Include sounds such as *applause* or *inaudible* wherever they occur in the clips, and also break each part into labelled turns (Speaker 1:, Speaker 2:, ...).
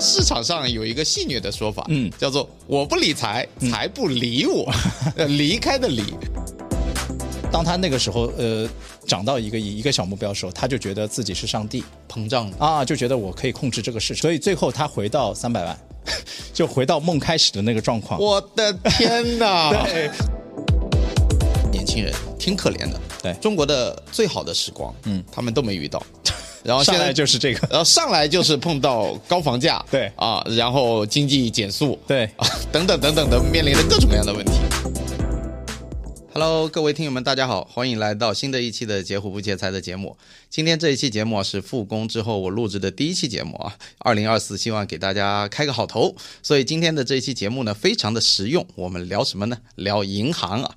Speaker 1: 市场上有一个戏谑的说法，
Speaker 2: 嗯
Speaker 1: 叫做“我不理财，财不理我”，
Speaker 2: *laughs*
Speaker 1: 呃离开的离。
Speaker 2: 当他那个时候呃涨到一个亿一个小目标的时候，他就觉得自己是上帝
Speaker 1: 膨胀了
Speaker 2: 啊，就觉得我可以控制这个市场，所以最后他回到三百万， *laughs* 就回到梦开始的那个状况。
Speaker 1: 我的天哪！
Speaker 2: *laughs* 对
Speaker 1: 年轻人挺可怜的，
Speaker 2: 对
Speaker 1: 中国的最好的时光，嗯，他们都没遇到， *laughs* 然后现
Speaker 2: 上
Speaker 1: 在
Speaker 2: 来就是
Speaker 1: *laughs*
Speaker 2: 这个，
Speaker 1: 然后上来就是碰到高房价，
Speaker 2: 对
Speaker 1: 啊，然后经济减速，
Speaker 2: 对
Speaker 1: 啊， *laughs* 等等等等的，面临着各种各样的问题。Hello，各位听友们，大家好，欢迎来到新的一期的《截胡不截财》的节目。今天这一期节目啊是复工之后我录制的第一期节目啊，二零二四希望给大家开个好头。所以今天的这一期节目呢，非常的实用。我们聊什么呢？聊银行啊。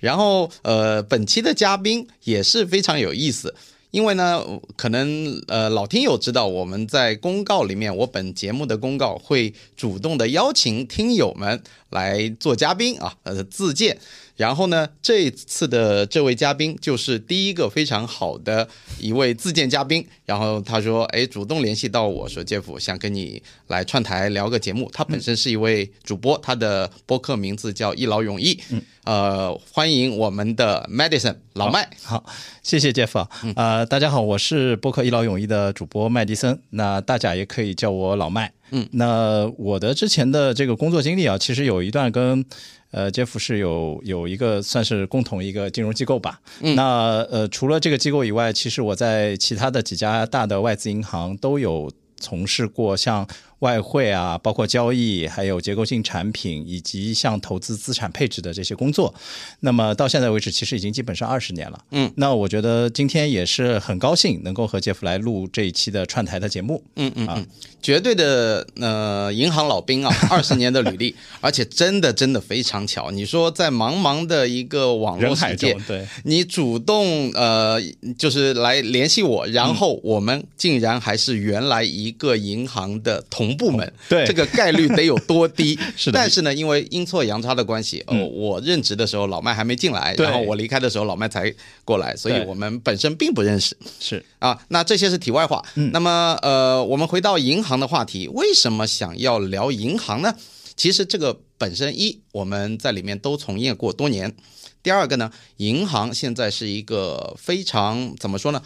Speaker 1: 然后呃，本期的嘉宾也是非常有意思。因为呢，可能呃老听友知道，我们在公告里面，我本节目的公告会主动的邀请听友们来做嘉宾啊，呃自荐。然后呢，这次的这位嘉宾就是第一个非常好的一位自荐嘉宾。然后他说，哎，主动联系到我说杰夫想跟你来串台聊个节目。他本身是一位主播，他的播客名字叫一劳永逸。呃，欢迎我们的 Madison 老麦。
Speaker 2: 好，谢谢 Jeff 啊，呃，大家好，我是播客一劳永逸的主播麦迪森，那大家也可以叫我老麦。嗯，那我的之前的这个工作经历啊，其实有一段跟呃 Jeff 是有有一个算是共同一个金融机构吧。嗯，那呃，除了这个机构以外，其实我在其他的几家大的外资银行都有从事过像外汇啊，包括交易，还有结构性产品，以及像投资资产配置的这些工作。那么到现在为止，其实已经基本上二十年了。嗯，那我觉得今天也是很高兴能够和杰夫来录这一期的串台的节目。嗯嗯啊，
Speaker 1: 绝对的呃银行老兵
Speaker 2: *laughs*
Speaker 1: 啊，二十年的履历，而且真的真的非常巧。你说在茫茫的一个网络
Speaker 2: 人
Speaker 1: 世
Speaker 2: 海
Speaker 1: 界
Speaker 2: 中，对
Speaker 1: 你主动呃就是来联系我，然后我们竟然还是原来一个银行的同部门，
Speaker 2: 哦对
Speaker 1: 这个概率得有多低？
Speaker 2: *laughs* 是的嗯
Speaker 1: 但是呢，因为阴错阳差的关系，呃，我任职的时候老麦还没进来，
Speaker 2: 对
Speaker 1: 然后我离开的时候老麦才过来，所以
Speaker 2: 对
Speaker 1: 我们本身并不认识。
Speaker 2: 是
Speaker 1: 啊，那这些是题外话。那么呃，我们回到银行的话题，为什么想要聊银行呢？其实这个本身一我们在里面都从业过多年，第二个呢，银行现在是一个非常怎么说呢，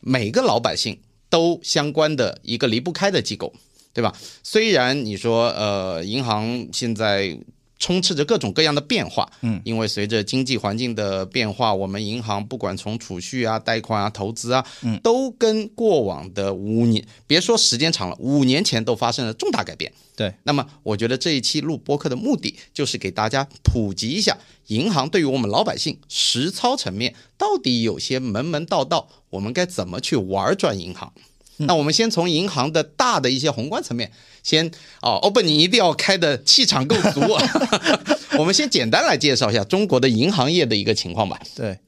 Speaker 1: 每个老百姓都相关的一个离不开的机构，对吧？虽然你说呃，银行现在。充斥着各种各样的变化，嗯，因为随着经济环境的变化，我们银行不管从储蓄啊、贷款啊、投资啊，嗯，都跟过往的五年，别说时间长了，五年前都发生了重大改变。
Speaker 2: 对，
Speaker 1: 那么我觉得这一期录播客的目的就是给大家普及一下银行对于我们老百姓实操层面到底有些门门道道，我们该怎么去玩转银行。那我们先从银行的大的一些宏观层面，先哦，Open 你一定要开的气场够足、啊
Speaker 2: *laughs*
Speaker 1: *laughs* 我们先简单来介绍一下中国的银行业的一个情况吧。
Speaker 2: 对。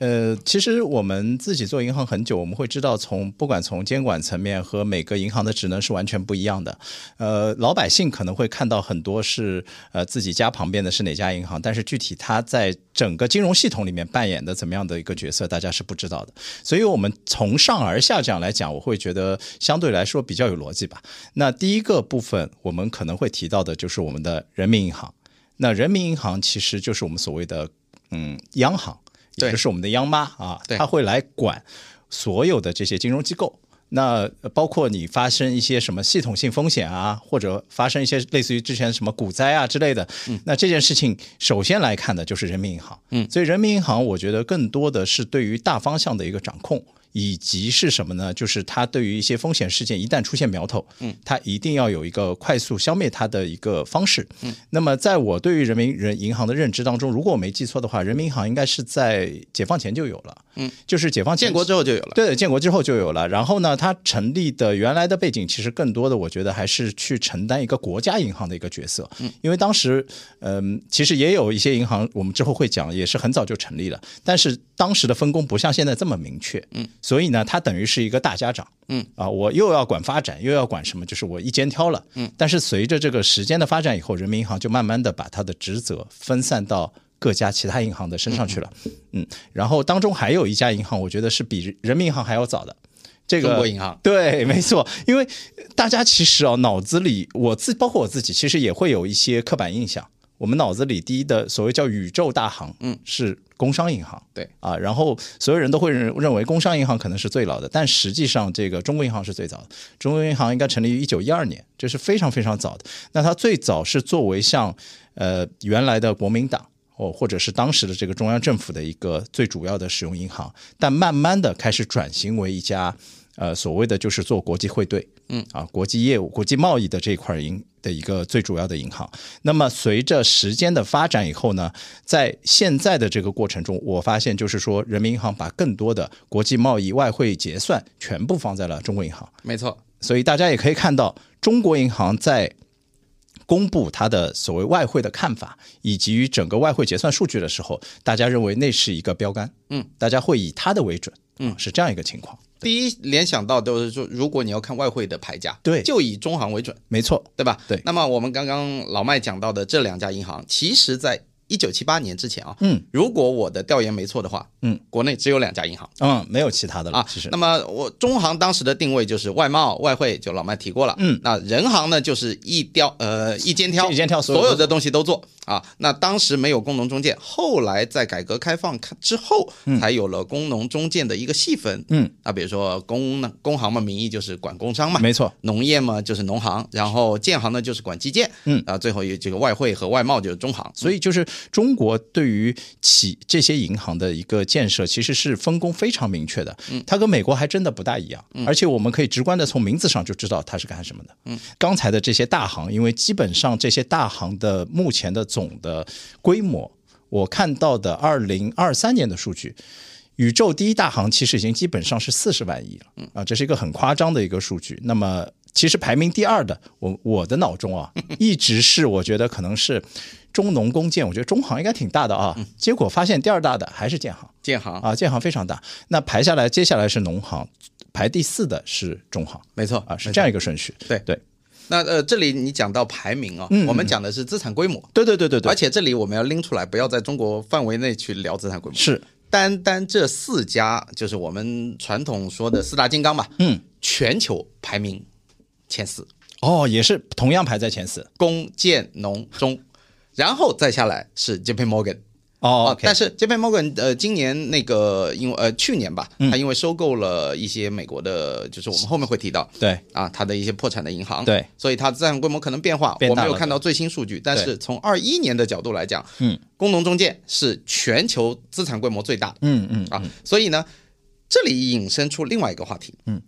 Speaker 2: 呃，其实我们自己做银行很久，我们会知道从不管从监管层面和每个银行的职能是完全不一样的。呃，老百姓可能会看到很多是呃自己家旁边的是哪家银行，但是具体它在整个金融系统里面扮演的怎么样的一个角色，大家是不知道的。所以我们从上而下这样来讲，我会觉得相对来说比较有逻辑吧。那第一个部分，我们可能会提到的就是我们的人民银行。那人民银行其实就是我们所谓的嗯央行，
Speaker 1: 对
Speaker 2: 也就是我们的央妈啊
Speaker 1: 对，
Speaker 2: 她会来管所有的这些金融机构。那呃包括你发生一些什么系统性风险啊，或者发生一些类似于之前什么股灾啊之类的，那这件事情首先来看的就是人民银行。嗯，所以人民银行我觉得更多的是对于大方向的一个掌控。以及是什么呢？就是它对于一些风险事件一旦出现苗头，嗯，它一定要有一个快速消灭它的一个方式。嗯，那么在我对于人民人银行的认知当中，如果我没记错的话，人民银行应该是在解放前就有了。嗯，就是解放前
Speaker 1: 建国之后就有了。
Speaker 2: 对，建国之后就有了。然后呢，它成立的原来的背景，其实更多的我觉得还是去承担一个国家银行的一个角色。嗯，因为当时，嗯、其实也有一些银行，我们之后会讲，也是很早就成立了，但是当时的分工不像现在这么明确。嗯，所以呢，它等于是一个大家长。嗯，啊，我又要管发展，又要管什么，就是我一肩挑了。嗯，但是随着这个时间的发展以后，人民银行就慢慢的把它的职责分散到。各家其他银行的身上去了。嗯，然后当中还有一家银行，我觉得是比人民银行还要早的，这个
Speaker 1: 中国银行
Speaker 2: 对，没错，因为大家其实啊，脑子里我自包括我自己，其实也会有一些刻板印象。我们脑子里第一的所谓叫宇宙大行，嗯，是工商银行，
Speaker 1: 对
Speaker 2: 啊，然后所有人都会认认为工商银行可能是最老的，但实际上这个中国银行是最早的。中国银行应该成立于一九一二年，这是非常非常早的。那它最早是作为像呃原来的国民党。哦，或者是当时的这个中央政府的一个最主要的使用银行，但慢慢的开始转型为一家呃所谓的就是做国际汇兑，嗯啊国际业务、国际贸易的这一块银的一个最主要的银行。那么随着时间的发展以后呢，在现在的这个过程中，我发现就是说，人民银行把更多的国际贸易、外汇结算全部放在了中国银行，
Speaker 1: 没错，
Speaker 2: 所以大家也可以看到，中国银行在公布它的所谓外汇的看法以及整个外汇结算数据的时候，大家认为那是一个标杆，
Speaker 1: 嗯，
Speaker 2: 大家会以它的为准，嗯，是这样一个情况，
Speaker 1: 第一联想到都是说，如果你要看外汇的牌价，
Speaker 2: 对
Speaker 1: 就以中行为准，
Speaker 2: 没错，
Speaker 1: 对吧？
Speaker 2: 对
Speaker 1: 那么我们刚刚老麦讲到的这两家银行，其实在一九七八年之前啊，
Speaker 2: 嗯，
Speaker 1: 如果我的调研没错的话，
Speaker 2: 嗯，
Speaker 1: 国内只有两家银行
Speaker 2: 嗯，没有其他的了，
Speaker 1: 啊
Speaker 2: 其实。。
Speaker 1: 那么我中行当时的定位就是外贸、外汇，就老麦提过了，
Speaker 2: 嗯，
Speaker 1: 那人行呢就是一挑呃一肩挑，
Speaker 2: 一肩挑所
Speaker 1: 所
Speaker 2: 有嗯
Speaker 1: 有
Speaker 2: 都
Speaker 1: 的东西都做啊。那当时没有工农中介，后来在改革开放开之后，才有了工农中介的一个细分，
Speaker 2: 嗯，
Speaker 1: 那比如说工呢，工行嘛，名义就是管工商嘛，
Speaker 2: 没错，
Speaker 1: 农业嘛就是农行，然后建行呢就是管基建，
Speaker 2: 嗯
Speaker 1: 啊，最后有这个外汇和外贸就是中行，
Speaker 2: 所以就是中国对于企这些银行的一个建设，其实是分工非常明确的。它跟美国还真的不大一样，而且我们可以直观的从名字上就知道它是干什么的。嗯，刚才的这些大行，因为基本上这些大行的目前的总的规模，我看到的二零二三年的数据。宇宙第一大行其实已经基本上是四十万亿了，啊，这是一个很夸张的一个数据。那么其实排名第二的，我我的脑中啊，一直是我觉得可能是中农工建，我觉得中行应该挺大的啊。结果发现第二大的还是建行
Speaker 1: 建行，
Speaker 2: 啊，建行非常大。那排下来，接下来是农行，排第四的是中行
Speaker 1: 没错
Speaker 2: 啊，是这样一个顺序。
Speaker 1: 对
Speaker 2: 对
Speaker 1: 那呃，这里你讲到排名啊、
Speaker 2: 嗯
Speaker 1: 我们讲的是资产规模，
Speaker 2: 对对对对对，
Speaker 1: 而且这里我们要拎出来，不要在中国范围内去聊资产规模。
Speaker 2: 是
Speaker 1: 单单这四家，就是我们传统说的四大金刚吧，
Speaker 2: 嗯，
Speaker 1: 全球排名前四，
Speaker 2: 哦，也是同样排在前四
Speaker 1: 工建农
Speaker 2: *laughs*
Speaker 1: 中，然后再下来是 J P Morgan。
Speaker 2: 哦。
Speaker 1: 哦，
Speaker 2: OK
Speaker 1: 但是 J P Morgan 呃，今年那个因为呃去年吧，
Speaker 2: 嗯
Speaker 1: 它因为收购了一些美国的，就是我们后面会提到
Speaker 2: 对
Speaker 1: 啊，它的一些破产的银行，
Speaker 2: 对，
Speaker 1: 所以它资产规模可能变化，
Speaker 2: 变
Speaker 1: 我
Speaker 2: 大
Speaker 1: 没有
Speaker 2: 了
Speaker 1: 看到最新数据，但是从二一年的角度来讲，
Speaker 2: 嗯，
Speaker 1: 工农中介是全球资产规模最大的
Speaker 2: 嗯嗯
Speaker 1: 啊，所以呢，这里引申出另外一个话题，嗯，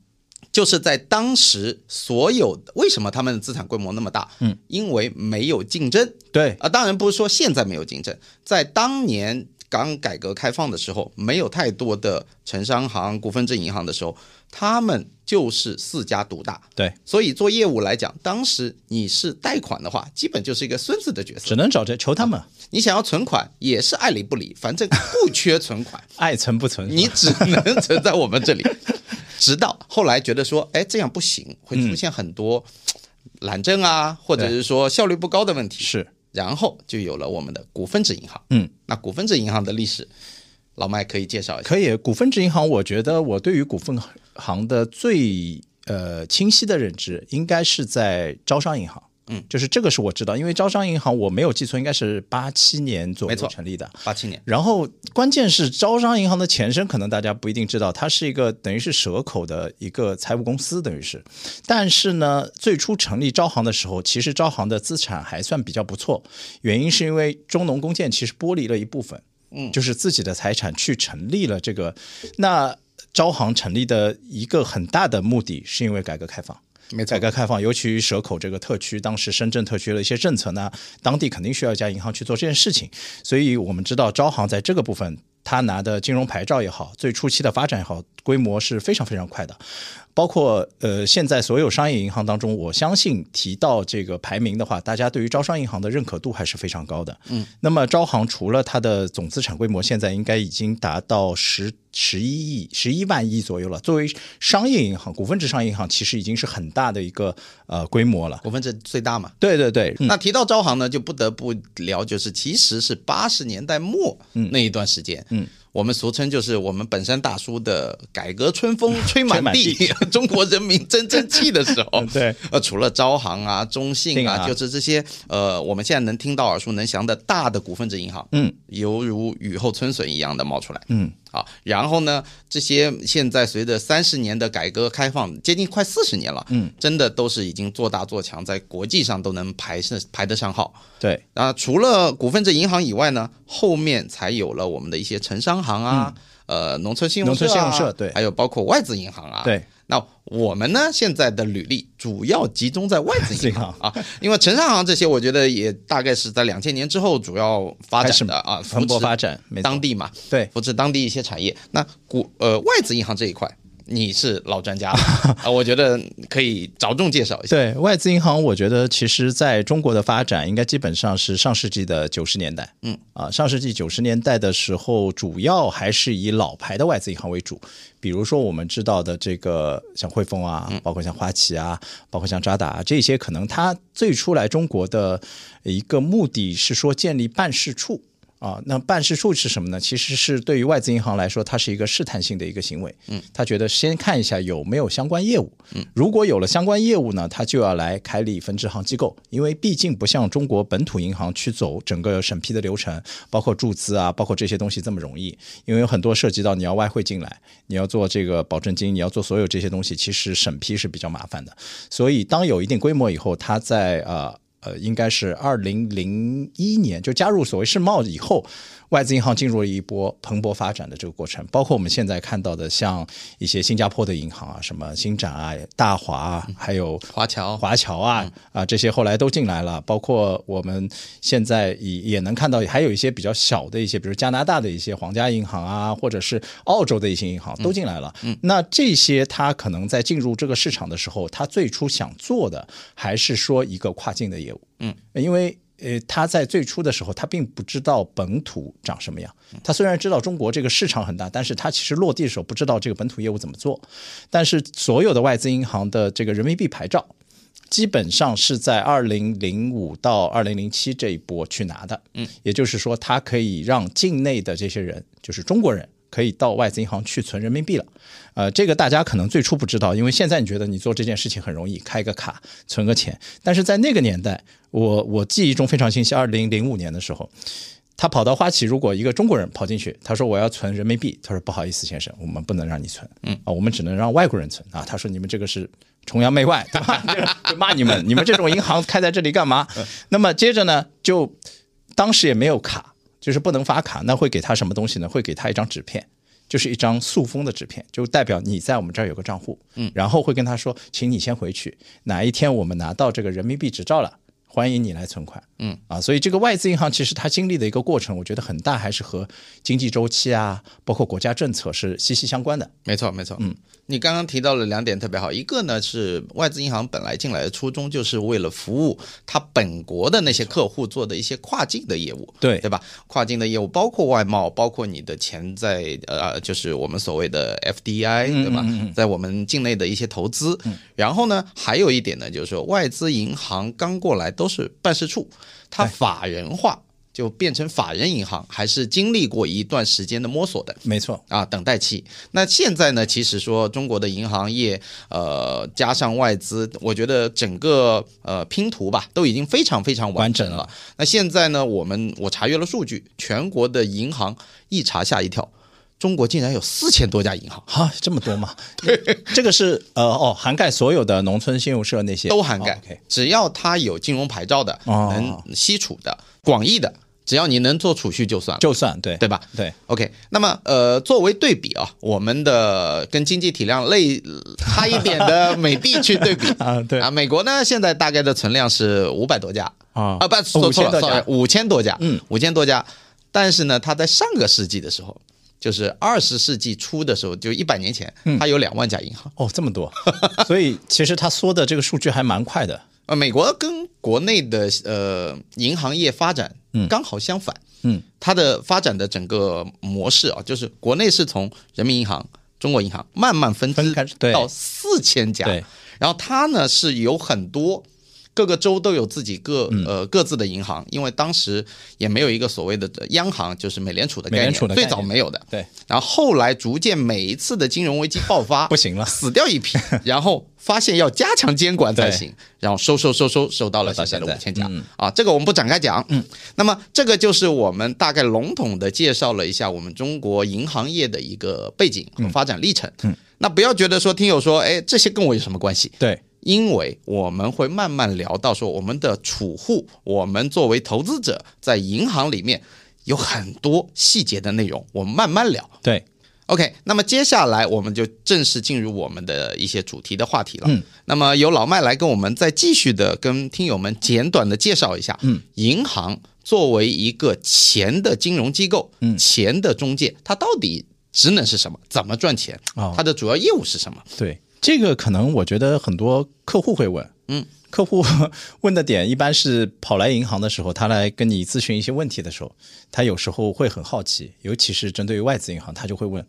Speaker 1: 就是在当时所有的为什么他们的资产规模那么大，嗯，因为没有竞争，
Speaker 2: 对
Speaker 1: 啊，当然不是说现在没有竞争，在当年刚改革开放的时候，没有太多的城商行、股份制银行的时候，他们就是四家独大。
Speaker 2: 对，
Speaker 1: 所以做业务来讲，当时你是贷款的话，基本就是一个孙子的角色；
Speaker 2: 只能找这求他们
Speaker 1: 你想要存款，也是爱理不理，反正不缺存 *laughs* 款，
Speaker 2: 爱存不存，
Speaker 1: 你只能存在我们这里。直到后来觉得说，哎，这样不行，会出现很多懒政啊，或者是说效率不高的问题。
Speaker 2: 是
Speaker 1: 然后就有了我们的股份制银行。
Speaker 2: 嗯，
Speaker 1: 那股份制银行的历史，老麦可以介绍一下。
Speaker 2: 可以，股份制银行，我觉得我对于股份行的最呃清晰的认知，应该是在招商银行。嗯，就是这个是我知道，因为招商银行我没有记错，应该是八七年左
Speaker 1: 没错
Speaker 2: 右成立的。
Speaker 1: 八七年，
Speaker 2: 然后关键是招商银行的前身，可能大家不一定知道，它是一个等于是蛇口的一个财务公司，等于是。但是呢，最初成立招行的时候，其实招行的资产还算比较不错，原因是因为中农工建其实剥离了一部分，嗯，就是自己的财产去成立了这个。那招行成立的一个很大的目的，是因为改革开放。
Speaker 1: 没
Speaker 2: 改革开放，尤其于蛇口这个特区，当时深圳特区的一些政策呢，当地肯定需要一家银行去做这件事情。所以我们知道，招行在这个部分，他拿的金融牌照也好，最初期的发展也好，规模是非常非常快的。包括呃，现在所有商业银行当中，我相信提到这个排名的话，大家对于招商银行的认可度还是非常高的。嗯，那么招行除了它的总资产规模，现在应该已经达到十十一亿、十一万亿左右了。作为商业银行、股份制商业银行，其实已经是很大的一个呃规模了。
Speaker 1: 股份制最大嘛。
Speaker 2: 对对对，嗯，
Speaker 1: 那提到招行呢，就不得不聊，就是其实是八十年代末那一段时间，嗯，我们俗称就是我们本山大叔的“改革春风吹满地， *laughs* 中国人民争争气”的时候
Speaker 2: 嗯对，
Speaker 1: 呃，除了招行啊、中信
Speaker 2: 信
Speaker 1: 啊，
Speaker 2: 啊
Speaker 1: 就是这些呃，我们现在能听到耳熟能详的大的股份制银行，
Speaker 2: 嗯，
Speaker 1: 犹如雨后春笋一样的冒出来。
Speaker 2: 嗯，
Speaker 1: 好，啊然后呢，这些现在随着三十年的改革开放，接近快四十年了，
Speaker 2: 嗯，
Speaker 1: 真的都是已经做大做强，在国际上都能排上排得上号。
Speaker 2: 对，
Speaker 1: 啊，除了股份制银行以外呢，后面才有了我们的一些城商行啊，呃，农村信用
Speaker 2: 嗯农
Speaker 1: 社、啊、
Speaker 2: 村信用社对
Speaker 1: 还有包括外资银行啊，。
Speaker 2: 对，
Speaker 1: 那我们呢，现在的履历主要集中在外资银行
Speaker 2: 这
Speaker 1: 啊，因为城商行这些，我觉得也大概是在两千年之后主要发展的啊，扶
Speaker 2: 蓬勃
Speaker 1: 持
Speaker 2: 发展，没
Speaker 1: 当
Speaker 2: 错，
Speaker 1: 地嘛，
Speaker 2: 对，
Speaker 1: 扶持当地一些产业。那股呃外资银行这一块，你是老专家了啊，我觉得可以着重介绍一下。
Speaker 2: 对外资银行，我觉得其实在中国的发展应该基本上是上世纪的九十年代。嗯啊，上世纪九十年代的时候，主要还是以老牌的外资银行为主，比如说我们知道的这个像汇丰啊，包括像花旗啊，包括像渣打、啊、这些，可能它最初来中国的一个目的是说建立办事处。啊，那办事处是什么呢？其实是对于外资银行来说，它是一个试探性的一个行为。嗯，他觉得先看一下有没有相关业务。嗯，如果有了相关业务呢，他就要来开立分支行机构，因为毕竟不像中国本土银行去走整个审批的流程，包括注资啊，包括这些东西这么容易，因为有很多涉及到你要外汇进来，你要做这个保证金，你要做所有这些东西，其实审批是比较麻烦的。所以当有一定规模以后，它在呃。呃，应该是二零零一年就加入所谓世贸以后，外资银行进入了一波蓬勃发展的这个过程。包括我们现在看到的，像一些新加坡的银行啊，什么新展啊、大华啊，还有
Speaker 1: 华侨
Speaker 2: 华侨啊啊这些后来都进来了，包括我们现在也也能看到，还有一些比较小的一些，比如加拿大的一些皇家银行啊，或者是澳洲的一些银行都进来了。那这些它可能在进入这个市场的时候，它最初想做的还是说一个跨境的业务，嗯，因为。呃，他在最初的时候，他并不知道本土长什么样。他虽然知道中国这个市场很大，但是他其实落地的时候不知道这个本土业务怎么做。但是所有的外资银行的这个人民币牌照，基本上是在二零零五到二零零七这一波去拿的。嗯，也就是说，它可以让境内的这些人，就是中国人。可以到外资银行去存人民币了，呃，这个大家可能最初不知道，因为现在你觉得你做这件事情很容易，开个卡存个钱，但是在那个年代，我我记忆中非常清晰，二零零五年的时候，他跑到花旗，如果一个中国人跑进去，他说我要存人民币，他说不好意思，先生，我们不能让你存，嗯啊，我们只能让外国人存啊。他说你们这个是崇洋媚外，对 *laughs* 吧？就就骂你们，你们这种银行开在这里干嘛？那么接着呢，就当时也没有卡，就是不能发卡，那会给他什么东西呢？会给他一张纸片。就是一张塑封的纸片，就代表你在我们这儿有个账户，嗯，然后会跟他说，请你先回去，哪一天我们拿到这个人民币执照了，欢迎你来存款，嗯啊，所以这个外资银行其实它经历的一个过程，我觉得很大还是和经济周期啊，包括国家政策是息息相关的。
Speaker 1: 没错，没错。嗯，你刚刚提到了两点特别好，一个呢是外资银行本来进来的初衷就是为了服务它本国的那些客户做的一些跨境的业务，
Speaker 2: 对
Speaker 1: 对吧？跨境的业务包括外贸，包括你的潜在呃，就是我们所谓的 FDI，对吧？在我们境内的一些投资。然后呢，还有一点呢，就是说外资银行刚过来都是办事处，它法人化。就变成法人银行，还是经历过一段时间的摸索的。
Speaker 2: 没错，
Speaker 1: 啊，等待期。那现在呢？其实说中国的银行业，呃，加上外资，我觉得整个呃拼图吧，都已经非常非常完整
Speaker 2: 完整
Speaker 1: 了。那现在呢？我们我查阅了数据，全国的银行一查吓一跳，中国竟然有四千多家银行。
Speaker 2: 哈、这么多嘛？对，这个是呃哦，涵盖所有的农村信用社那些
Speaker 1: 都涵盖，
Speaker 2: 哦，OK
Speaker 1: 只要它有金融牌照的，
Speaker 2: 哦
Speaker 1: 能吸储的、广义的，只要你能做储蓄就算了，
Speaker 2: 就算对
Speaker 1: 对吧？
Speaker 2: 对
Speaker 1: OK，那么呃，作为对比啊，我们的跟经济体量类呃差一点的美的去对比
Speaker 2: *laughs* 啊对
Speaker 1: 啊，美国呢现在大概的存量是五百多家
Speaker 2: 啊
Speaker 1: 啊，不说错
Speaker 2: 5000多
Speaker 1: 了
Speaker 2: 家，
Speaker 1: 五千多家，
Speaker 2: 嗯，
Speaker 1: 五千多家，但是呢，它在上个世纪的时候。就是二十世纪初的时候，就一百年前，
Speaker 2: 嗯
Speaker 1: 它有两万家银行。
Speaker 2: 哦，这么多，所以其实他缩的这个数据还蛮快的。
Speaker 1: 呃，美国跟国内的呃银行业发展刚好相反，
Speaker 2: 嗯，
Speaker 1: 它的发展的整个模式啊，就是国内是从人民银行、中国银行慢慢分支
Speaker 2: 分开对
Speaker 1: 到四千家，
Speaker 2: 对
Speaker 1: 然后它呢是有很多各个州都有自己各
Speaker 2: 嗯
Speaker 1: 呃各自的银行，因为当时也没有一个所谓的呃央行，就是美联储的概
Speaker 2: 美
Speaker 1: 念，
Speaker 2: 联储的概
Speaker 1: 最
Speaker 2: 念
Speaker 1: 早没有的。
Speaker 2: 对，
Speaker 1: 然后后来逐渐每一次的金融危机爆发，
Speaker 2: *laughs* 不行了
Speaker 1: 死掉一 *laughs* 批，然后发现要加强监管才
Speaker 2: 对
Speaker 1: 行，然后收收收收收到了
Speaker 2: 到
Speaker 1: 现在的五千
Speaker 2: 现在
Speaker 1: 家啊，这个我们不展开讲。嗯，那么这个就是我们大概笼统的介绍了一下我们中国银行业的一个背景和发展历程。嗯，那不要觉得说听友说，哎，这些跟我有什么关系？
Speaker 2: 对，
Speaker 1: 因为我们会慢慢聊到说，我们的储户，我们作为投资者在银行里面有很多细节的内容，我们慢慢聊。
Speaker 2: 对，
Speaker 1: OK，那么接下来我们就正式进入我们的一些主题的话题了。
Speaker 2: 嗯，
Speaker 1: 那么由老麦来跟我们再继续的跟听友们简短的介绍一下，嗯，银行作为一个钱的金融机构，嗯，钱的中介，它到底职能是什么？怎么赚钱？
Speaker 2: 哦
Speaker 1: 它的主要业务是什么？
Speaker 2: 对，这个可能我觉得很多客户会问，
Speaker 1: 嗯，
Speaker 2: *laughs* 客户问的点一般是跑来银行的时候，他来跟你咨询一些问题的时候，他有时候会很好奇，尤其是针对于外资银行，他就会问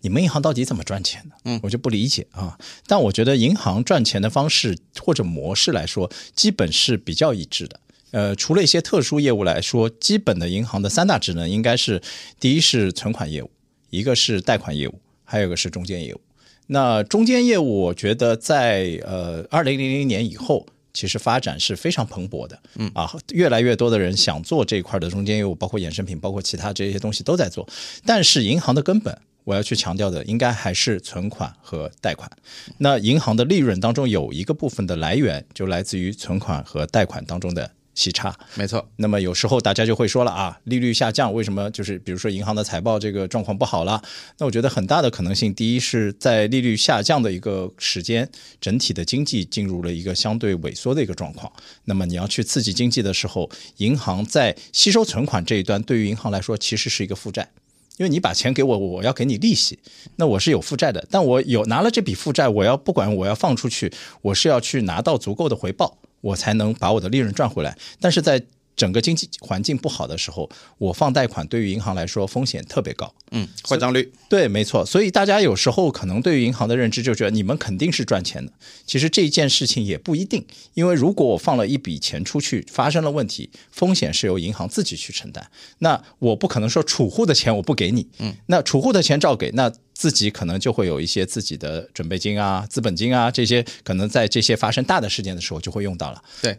Speaker 2: 你们银行到底怎么赚钱的？嗯，我就不理解啊。但我觉得银行赚钱的方式或者模式来说，基本是比较一致的。呃，除了一些特殊业务来说，基本的银行的三大职能应该是：第一是存款业务，一个是贷款业务，还有一个是中间业务。那中间业务，我觉得在呃二零零零年以后，其实发展是非常蓬勃的，嗯啊，越来越多的人想做这一块的中间业务，包括衍生品，包括其他这些东西都在做。但是银行的根本，我要去强调的，应该还是存款和贷款。那银行的利润当中有一个部分的来源，就来自于存款和贷款当中的息差。
Speaker 1: 没错，
Speaker 2: 那么有时候大家就会说了啊，利率下降，为什么就是比如说银行的财报这个状况不好了？那我觉得很大的可能性，第一是在利率下降的一个时间，整体的经济进入了一个相对萎缩的一个状况。那么你要去刺激经济的时候，银行在吸收存款这一端，对于银行来说其实是一个负债。因为你把钱给我，我要给你利息，那我是有负债的，但我有拿了这笔负债，我要不管我要放出去，我是要去拿到足够的回报，我才能把我的利润赚回来。但是在整个经济环境不好的时候，我放贷款对于银行来说风险特别高。
Speaker 1: 嗯，坏账率，
Speaker 2: 对，没错。所以大家有时候可能对于银行的认知就觉得你们肯定是赚钱的，其实这一件事情也不一定，因为如果我放了一笔钱出去，发生了问题，风险是由银行自己去承担。那我不可能说储户的钱我不给你，嗯，那储户的钱照给，那自己可能就会有一些自己的准备金啊、资本金啊这些，可能在这些发生大的事件的时候就会用到了。
Speaker 1: 对，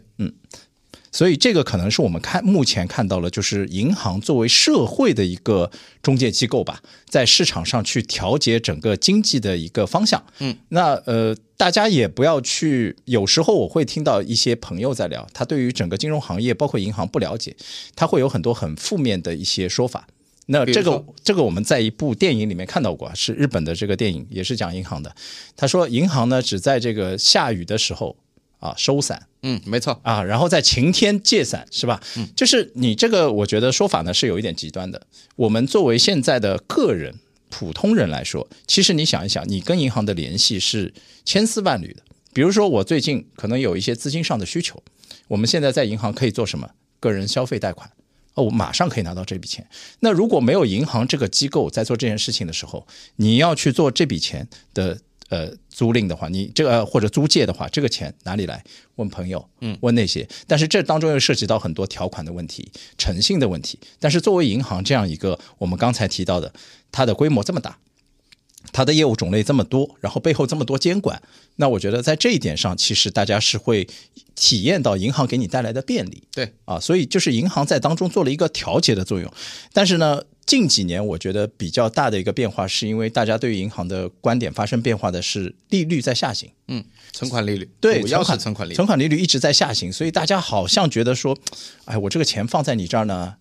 Speaker 2: 所以这个可能是我们看目前看到了，就是银行作为社会的一个中介机构吧，在市场上去调节整个经济的一个方向。嗯，那呃，大家也不要去，有时候我会听到一些朋友在聊，他对于整个金融行业包括银行不了解，他会有很多很负面的一些说法。那
Speaker 1: 比如
Speaker 2: 这个
Speaker 1: 说
Speaker 2: 这个我们在一部电影里面看到过啊，是日本的这个电影，也是讲银行的。他说银行呢只在这个下雨的时候啊收伞，
Speaker 1: 嗯，没错，
Speaker 2: 啊，然后在晴天借伞是吧？就是你这个，我觉得说法呢是有一点极端的。我们作为现在的个人普通人来说，其实你想一想，你跟银行的联系是千丝万缕的。比如说，我最近可能有一些资金上的需求，我们现在在银行可以做什么？个人消费贷款。哦，我马上可以拿到这笔钱。那如果没有银行这个机构在做这件事情的时候，你要去做这笔钱的呃租赁的话，你这个、呃或者租借的话，这个钱哪里来？问朋友，嗯，问那些。但是这当中又涉及到很多条款的问题、诚信的问题。但是作为银行这样一个我们刚才提到的，它的规模这么大，它的业务种类这么多，然后背后这么多监管，那我觉得在这一点上，其实大家是会体验到银行给你带来的便利。
Speaker 1: 对，
Speaker 2: 啊，所以就是银行在当中做了一个调节的作用。但是呢，近几年我觉得比较大的一个变化，是因为大家对于银行的观点发生变化的是利率在下行，
Speaker 1: 嗯，存款利率，
Speaker 2: 对，
Speaker 1: 主要是
Speaker 2: 存
Speaker 1: 存款利率，
Speaker 2: 存款利率一直在下行，所以大家好像觉得说，哎，我这个钱放在你这儿呢，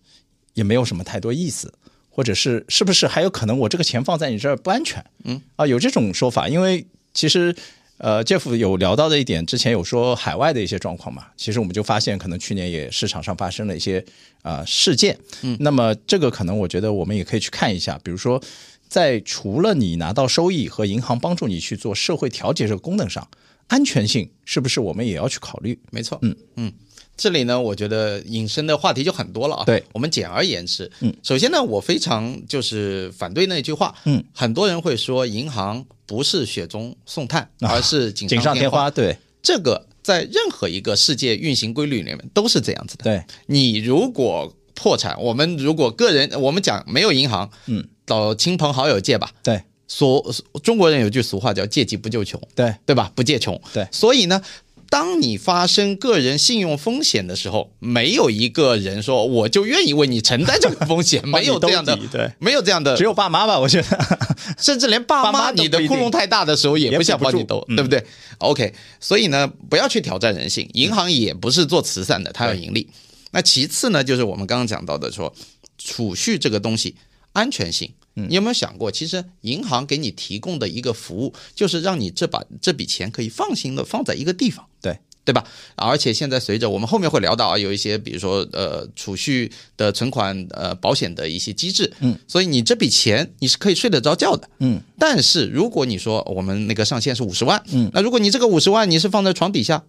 Speaker 2: 也没有什么太多意思。或者是是不是还有可能我这个钱放在你这儿不安全？嗯啊，有这种说法，因为其实呃，Jeff 有聊到的一点，之前有说海外的一些状况嘛，其实我们就发现可能去年也市场上发生了一些啊事件，嗯，那么这个可能我觉得我们也可以去看一下，比如说。在除了你拿到收益和银行帮助你去做社会调节这个功能上，安全性是不是我们也要去考虑？
Speaker 1: 没错，嗯嗯，这里呢，我觉得引申的话题就很多了啊。
Speaker 2: 对，
Speaker 1: 我们简而言之，嗯，首先呢，我非常就是反对那句话，
Speaker 2: 嗯，
Speaker 1: 很多人会说银行不是雪中送炭，而是锦
Speaker 2: 啊锦上
Speaker 1: 上
Speaker 2: 添
Speaker 1: 花，
Speaker 2: 花，对
Speaker 1: 这个在任何一个世界运行规律里面都是这样子的。
Speaker 2: 对，
Speaker 1: 你如果破产，我们如果个人，我们讲没有银行，
Speaker 2: 嗯，
Speaker 1: 找亲朋好友借吧。
Speaker 2: 对
Speaker 1: 所中国人有句俗话叫“借急不救穷”，
Speaker 2: 对
Speaker 1: 对吧？不借穷。
Speaker 2: 对
Speaker 1: 所以呢，当你发生个人信用风险的时候，没有一个人说我就愿意为你承担这个风
Speaker 2: *laughs*
Speaker 1: 险，没有这样的
Speaker 2: 帮你兜，底对，
Speaker 1: 没有这样的
Speaker 2: 只，有爸妈吧，我觉得
Speaker 1: *laughs* 甚至连爸
Speaker 2: 爸
Speaker 1: 妈
Speaker 2: 妈都
Speaker 1: 你的
Speaker 2: 不一
Speaker 1: 窟
Speaker 2: 定
Speaker 1: 窿太大的时候也
Speaker 2: 也
Speaker 1: 不想
Speaker 2: 顶不
Speaker 1: 帮你
Speaker 2: 住
Speaker 1: 兜，
Speaker 2: 嗯
Speaker 1: 对不对？OK，所以呢，不要去挑战人性，银行也不是做慈善的，它要盈
Speaker 2: 嗯
Speaker 1: 利。那其次呢，就是我们刚刚讲到的说，储蓄这个东西安全性。
Speaker 2: 嗯
Speaker 1: 你有没有想过，其实银行给你提供的一个服务，就是让你这把这笔钱可以放心的放在一个地方。
Speaker 2: 对。
Speaker 1: 对吧？啊而且现在随着我们后面会聊到啊，有一些比如说呃储蓄的存款呃保险的一些机制，嗯，所以你这笔钱你是可以睡得着觉的，
Speaker 2: 嗯。
Speaker 1: 但是如果你说我们那个上限是五十万，
Speaker 2: 嗯，
Speaker 1: 那如果你这个五十万你是放在床底下。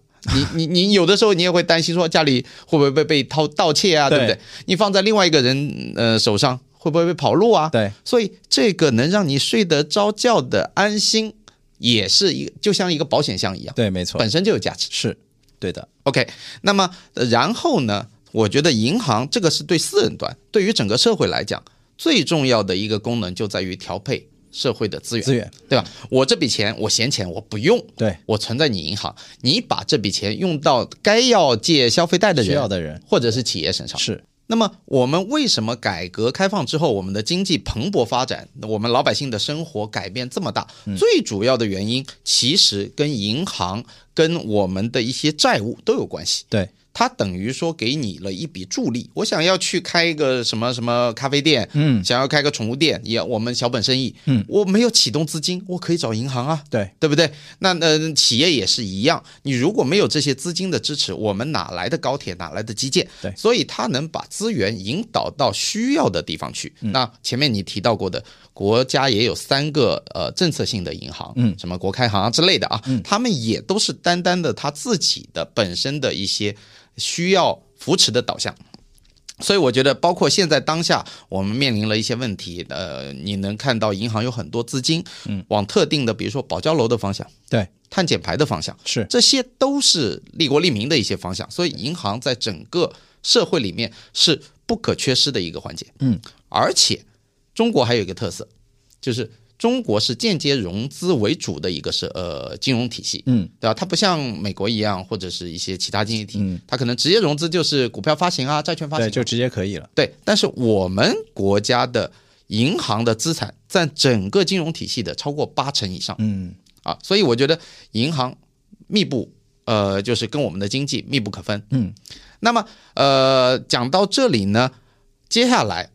Speaker 1: 你你你有的时候你也会担心说家里会不会被被盗盗窃啊，对不
Speaker 2: 对
Speaker 1: 对？你放在另外一个人呃手上会不会被跑路啊？
Speaker 2: 对，
Speaker 1: 所以这个能让你睡得着觉的安心，也是一就像一个保险箱一样，
Speaker 2: 对，没错，
Speaker 1: 本身就有价值。
Speaker 2: 是对的，
Speaker 1: OK，那么呃然后呢？我觉得银行这个是对私人端，对于整个社会来讲，最重要的一个功能就在于调配社会的资源，
Speaker 2: 资源
Speaker 1: 对吧？我这笔钱，我闲钱我不用，
Speaker 2: 对
Speaker 1: 我存在你银行，你把这笔钱用到该要借消费贷的人、
Speaker 2: 需要的人
Speaker 1: 或者是企业身上。
Speaker 2: 是
Speaker 1: 那么我们为什么改革开放之后，我们的经济蓬勃发展，我们老百姓的生活改变这么大？最主要的原因其实跟银行、跟我们的一些债务都有关系。
Speaker 2: 对，
Speaker 1: 它等于说给你了一笔助力。我想要去开一个什么什么咖啡店，嗯，想要开个宠物店，也我们小本生意，嗯，我没有启动资金，我可以找银行啊，
Speaker 2: 对
Speaker 1: 对不对？那呃，企业也是一样，你如果没有这些资金的支持，我们哪来的高铁，哪来的基建？
Speaker 2: 对
Speaker 1: 所以它能把资源引导到需要的地方去。那前面你提到过的，国家也有三个呃政策性的银行，嗯，什么国开行啊之类的啊，他们也都是单单的他自己的本身的一些需要扶持的导向。所以我觉得，包括现在当下，我们面临了一些问题。呃，你能看到银行有很多资金，嗯，往特定的，比如说保交楼的方向、
Speaker 2: 对
Speaker 1: 碳减排的方向，
Speaker 2: 是
Speaker 1: 这些都是利国利民的一些方向。所以，银行在整个社会里面是不可缺失的一个环节。
Speaker 2: 嗯，
Speaker 1: 而且中国还有一个特色，就是中国是间接融资为主的一个社呃金融体系。
Speaker 2: 嗯，
Speaker 1: 对吧？它不像美国一样，或者是一些其他经济体，
Speaker 2: 嗯
Speaker 1: 它可能直接融资就是股票发行啊、债券发行啊、
Speaker 2: 对，就直接可以了，
Speaker 1: 对，但是我们国家的银行的资产占整个金融体系的超过八成以上
Speaker 2: 嗯，
Speaker 1: 啊，所以我觉得银行密不呃，就是跟我们的经济密不可分。
Speaker 2: 嗯，
Speaker 1: 那么呃，讲到这里呢，接下来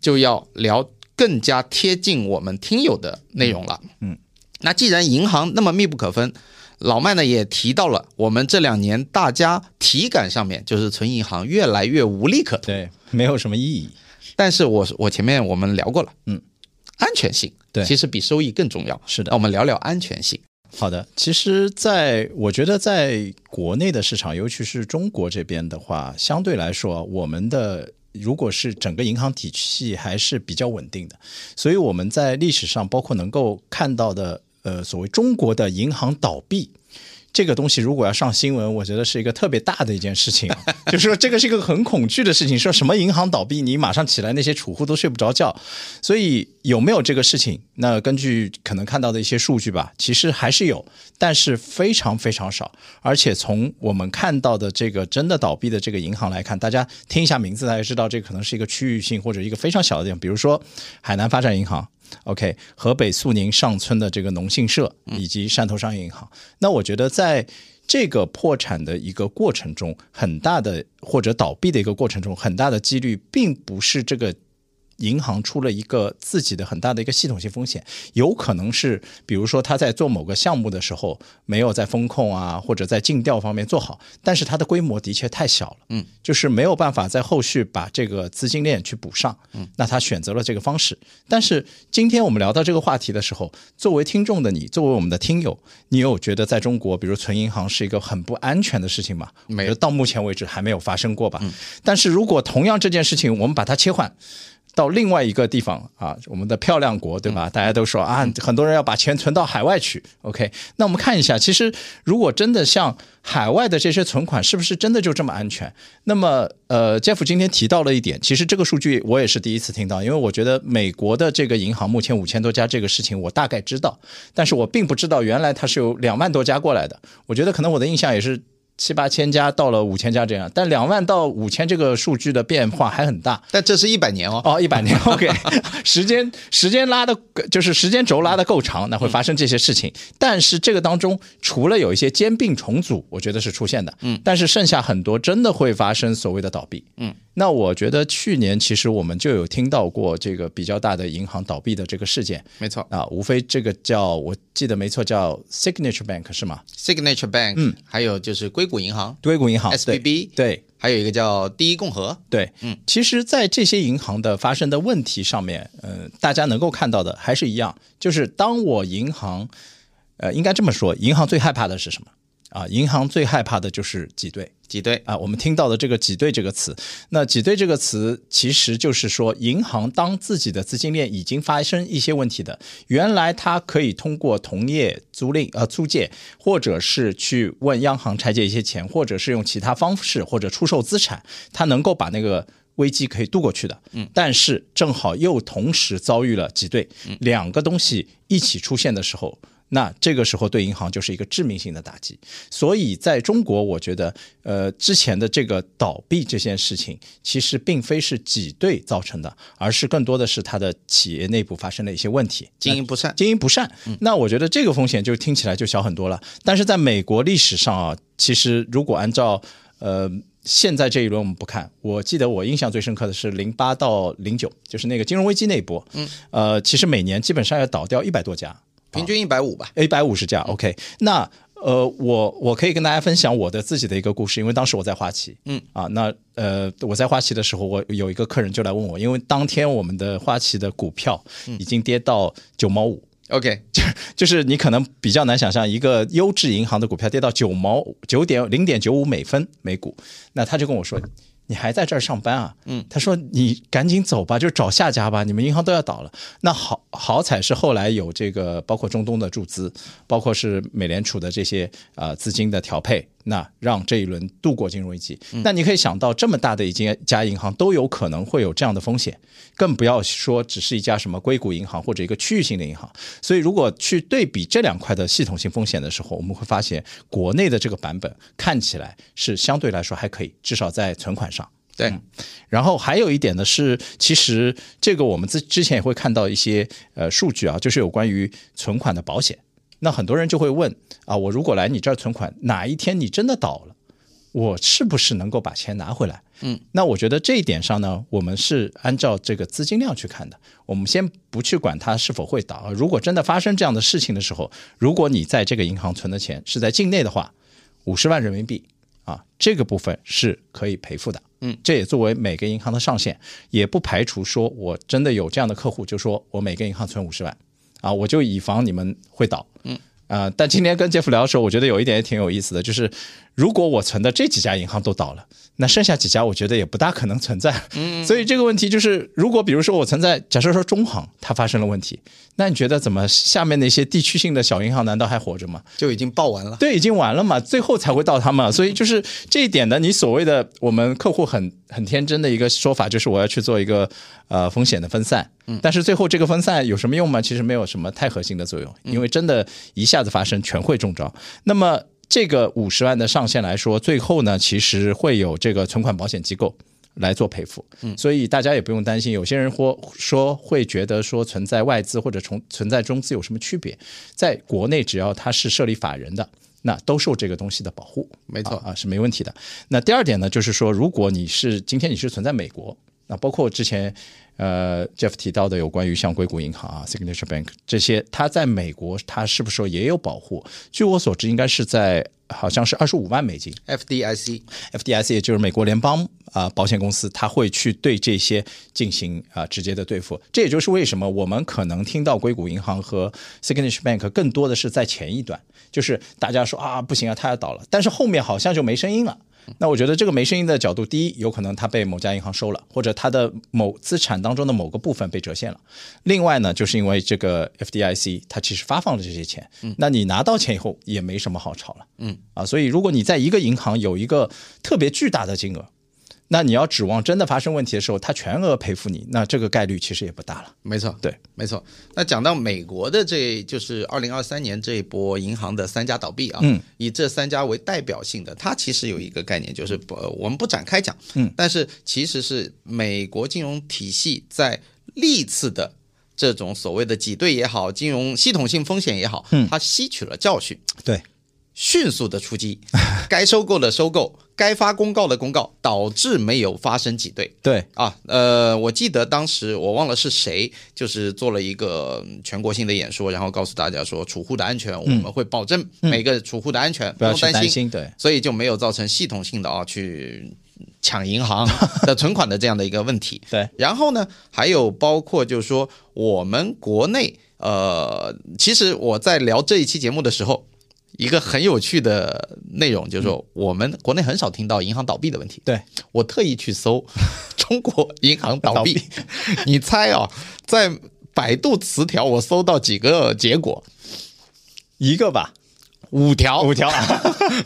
Speaker 1: 就要聊更加贴近我们听友的内容了。嗯，那既然银行那么密不可分。老麦呢也提到了，我们这两年大家体感上面就是存银行越来越无利可图，
Speaker 2: 对，没有什么意义，
Speaker 1: 但是我我前面我们聊过了，
Speaker 2: 嗯，
Speaker 1: 安全性
Speaker 2: 对
Speaker 1: 其实比收益更重要。
Speaker 2: 是的
Speaker 1: 那我们聊聊安全性。
Speaker 2: 好的，其实在，我觉得在国内的市场，尤其是中国这边的话，相对来说，我们的如果是整个银行体系还是比较稳定的，所以我们在历史上包括能够看到的，呃，所谓中国的银行倒闭。这个东西如果要上新闻，我觉得是一个特别大的一件事情啊、就是说这个是一个很恐惧的事情，说什么银行倒闭，你马上起来，那些储户都睡不着觉。所以有没有这个事情？那根据可能看到的一些数据吧，其实还是有，但是非常非常少。而且从我们看到的这个真的倒闭的这个银行来看，大家听一下名字，大家就知道这可能是一个区域性或者一个非常小的点，比如说海南发展银行。OK，河北肃宁上村的这个农信社以及汕头商业银行，那我觉得在这个破产的一个过程中，很大的或者倒闭的一个过程中，很大的几率并不是这个银行出了一个自己的很大的一个系统性风险，有可能是比如说他在做某个项目的时候没有在风控啊，或者在尽调方面做好，但是它的规模的确太小了，嗯，就是没有办法在后续把这个资金链去补上，嗯，那他选择了这个方式。但是今天我们聊到这个话题的时候，作为听众的你，作为我们的听友，你有觉得在中国，比如存银行是一个很不安全的事情吗？
Speaker 1: 没有
Speaker 2: 我觉得到目前为止还没有发生过吧。但是如果同样这件事情，我们把它切换。到另外一个地方啊，我们的漂亮国，对吧？大家都说啊，很多人要把钱存到海外去。OK，那我们看一下，其实如果真的像海外的这些存款，是不是真的就这么安全？那么，呃，Jeff 今天提到了一点，其实这个数据我也是第一次听到，因为我觉得美国的这个银行目前五千多家这个事情我大概知道，但是我并不知道原来它是有两万多家过来的。我觉得可能我的印象也是。七八千家到了五千家这样，但两万到五千这个数据的变化还很大。
Speaker 1: 但这是一百年哦，
Speaker 2: 哦，一百年，OK，时 *laughs* 间时间拉的，就是时间轴拉的够长，那会发生这些事情。但是这个当中，除了有一些兼并重组，我觉得是出现的，嗯，但是剩下很多真的会发生所谓的倒闭，嗯。那我觉得去年其实我们就有听到过这个比较大的银行倒闭的这个事件
Speaker 1: 没错
Speaker 2: 啊，无非这个叫我记得没错叫 Signature Bank 是吗？
Speaker 1: ，Signature Bank，嗯，还有就是硅谷银行
Speaker 2: 硅谷银行对
Speaker 1: SBB，
Speaker 2: 对。
Speaker 1: 还有一个叫第一共和，
Speaker 2: 对，嗯，其实，在这些银行的发生的问题上面，呃，大家能够看到的还是一样，就是当我银行，呃，应该这么说，银行最害怕的是什么？啊，银行最害怕的就是挤兑。
Speaker 1: 挤兑，
Speaker 2: 啊，我们听到的这个“挤兑”这个词，那“挤兑”这个词其实就是说，银行当自己的资金链已经发生一些问题的，原来它可以通过同业租赁、呃租借，或者是去问央行拆借一些钱，或者是用其他方式或者出售资产，它能够把那个。危机可以度过去的，嗯，但是正好又同时遭遇了挤兑，两个东西一起出现的时候，那这个时候对银行就是一个致命性的打击。所以在中国，我觉得，呃，之前的这个倒闭这件事情，其实并非是挤兑造成的，而是更多的是它的企业内部发生了一些问题，
Speaker 1: 经营不善，
Speaker 2: 经营不善。那我觉得这个风险就听起来就小很多了。但是在美国历史上啊，其实如果按照呃现在这一轮我们不看，我记得我印象最深刻的是零八到零九，就是那个金融危机那一波。嗯，呃，其实每年基本上要倒掉一百多家。
Speaker 1: 平均一百五吧，
Speaker 2: 哎一百五十家，OK。那呃，我我可以跟大家分享我的自己的一个故事，因为当时我在花旗，
Speaker 1: 嗯
Speaker 2: 啊，那呃我在花旗的时候，我有一个客人就来问我，因为当天我们的花旗的股票已经跌到九毛五、
Speaker 1: ，OK，
Speaker 2: 就是你可能比较难想象，一个优质银行的股票跌到九毛九点零点九五美分每股，那他就跟我说。你还在这儿上班啊？嗯，他说你赶紧走吧，就找下家吧，你们银行都要倒了。那好好彩是后来有这个，包括中东的注资，包括是美联储的这些呃资金的调配，那让这一轮度过金融危机。那你可以想到，这么大的一间家银行都有可能会有这样的风险，更不要说只是一家什么硅谷银行或者一个区域性的银行。所以，如果去对比这两块的系统性风险的时候，我们会发现国内的这个版本看起来是相对来说还可以，至少在存款上。
Speaker 1: 对，
Speaker 2: 然后还有一点呢是，其实这个我们之之前也会看到一些呃数据啊，就是有关于存款的保险。那很多人就会问啊，我如果来你这儿存款，哪一天你真的倒了，我是不是能够把钱拿回来？嗯，那我觉得这一点上呢，我们是按照这个资金量去看的。我们先不去管它是否会倒，如果真的发生这样的事情的时候，如果你在这个银行存的钱是在境内的话，五十万人民币啊，这个部分是可以赔付的。嗯，这也作为每个银行的上限，也不排除说我真的有这样的客户，就说我每个银行存五十万啊，我就以防你们会倒。嗯。啊、但今天跟杰夫聊的时候，我觉得有一点也挺有意思的，就是如果我存的这几家银行都倒了，那剩下几家我觉得也不大可能存在。嗯，所以这个问题就是，如果比如说我存在，假设说中行它发生了问题，那你觉得怎么下面那些地区性的小银行难道还活着吗？
Speaker 1: 就已经报完了，
Speaker 2: 对，已经完了嘛，最后才会到他们，所以就是这一点呢，你所谓的我们客户很很天真的一个说法，就是我要去做一个呃风险的分散，但是最后这个分散有什么用吗？其实没有什么太核心的作用，因为真的一下子发生全会中招。那么这个五十万的上限来说，最后呢，其实会有这个存款保险机构。来做赔付，所以大家也不用担心。有些人或说会觉得说存在外资或者从存在中资有什么区别，在国内只要它是设立法人的，那都受这个东西的保护。
Speaker 1: 没错
Speaker 2: 啊啊是没问题的。那第二点呢，就是说，如果你是今天你是存在美国，那包括之前呃 Jeff 提到的有关于像硅谷银行啊、Signature Bank 这些，它在美国它是不是说也有保护？据我所知，应该是在好像是二十五万美金。
Speaker 1: ，FDIC，
Speaker 2: FDIC，也就是美国联邦啊、保险公司，它会去对这些进行啊、直接的对付。这也就是为什么我们可能听到硅谷银行和 Signature Bank 更多的是在前一段，就是大家说啊不行啊，它要倒了，但是后面好像就没声音了。那我觉得这个没声音的角度，第一，有可能它被某家银行收了，或者它的某资产当中的某个部分被折现了；另外呢，就是因为这个 FDIC 它其实发放了这些钱，那你拿到钱以后也没什么好吵了，
Speaker 1: 嗯
Speaker 2: 啊，所以如果你在一个银行有一个特别巨大的金额。那你要指望真的发生问题的时候，它全额赔付你，那这个概率其实也不大了。
Speaker 1: 没错，
Speaker 2: 对，
Speaker 1: 没错。那讲到美国的这，就是二零二三年这一波银行的三家倒闭啊，
Speaker 2: 嗯，
Speaker 1: 以这三家为代表性的，它其实有一个概念，就是不，呃我们不展开讲，
Speaker 2: 嗯，
Speaker 1: 但是其实是美国金融体系在历次的这种所谓的挤兑也好，金融系统性风险也好，
Speaker 2: 嗯
Speaker 1: 它吸取了教训，
Speaker 2: 对，
Speaker 1: 迅速的出击，该收购的收购，该发公告的公告，导致没有发生挤兑。
Speaker 2: 对，
Speaker 1: 啊，呃，我记得当时我忘了是谁，就是做了一个嗯全国性的演说，然后告诉大家说，储户的安全，我们会保证每个储户的安全，
Speaker 2: 嗯不要
Speaker 1: 用
Speaker 2: 去
Speaker 1: 担
Speaker 2: 担心。对，
Speaker 1: 所以就没有造成系统性的啊去抢银行 *laughs* 的存款的这样的一个问题。
Speaker 2: 对，
Speaker 1: 然后呢，还有包括就是说我们国内，呃，其实我在聊这一期节目的时候。一个很有趣的内容就是说，我们国内很少听到银行倒闭的问题。
Speaker 2: 对，
Speaker 1: 我特意去搜 *laughs* 中国银行 *laughs* 倒闭，你猜啊、在百度词条我搜到几个结果？
Speaker 2: 一个吧，
Speaker 1: 五条，
Speaker 2: 五 *laughs* 条。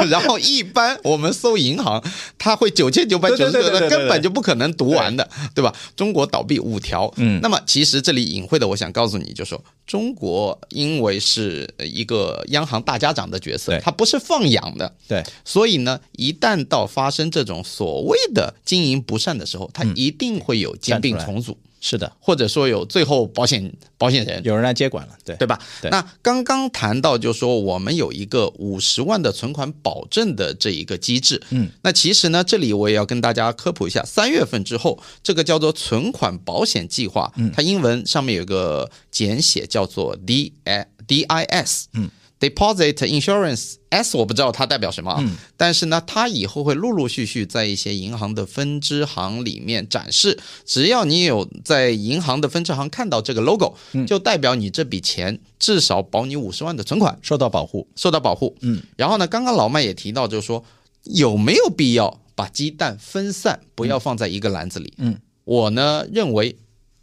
Speaker 1: 然后一般我们搜银行，它会九千九百九
Speaker 2: 对
Speaker 1: 十
Speaker 2: 对对对对对
Speaker 1: 个，根本就不可能读完的，对吧？中国倒闭五条，
Speaker 2: 嗯
Speaker 1: 那么其实这里隐晦的，我想告诉你，就说中国因为是一个央行大家长的角色
Speaker 2: 对，
Speaker 1: 它不是放养的，
Speaker 2: 对，
Speaker 1: 所以呢，一旦到发生这种所谓的经营不善的时候，它一定会有兼并
Speaker 2: 嗯站出
Speaker 1: 重组，
Speaker 2: 是的，
Speaker 1: 或者说有最后保险保险人。
Speaker 2: 有人来接管了。对，
Speaker 1: 对吧？
Speaker 2: 对
Speaker 1: 那刚刚谈到，就说我们有一个五十万的存款保证的这一个机制。
Speaker 2: 嗯，
Speaker 1: 那其实呢，这里我也要跟大家科普一下，三月份之后，这个叫做存款保险计划，
Speaker 2: 嗯
Speaker 1: 它英文上面有个简写叫做 D
Speaker 2: 嗯
Speaker 1: I D I S。嗯。Deposit Insurance S 我不知道它代表什么啊，但是呢，它以后会陆陆续续在一些银行的分支行里面展示。只要你有在银行的分支行看到这个 logo，就代表你这笔钱至少保你五十万的存款
Speaker 2: 受到保护。
Speaker 1: 受到保护。嗯，然后呢，刚刚老麦也提到，就是说有没有必要把鸡蛋分散，不要放在一个篮子里？
Speaker 2: 嗯，
Speaker 1: 我呢认为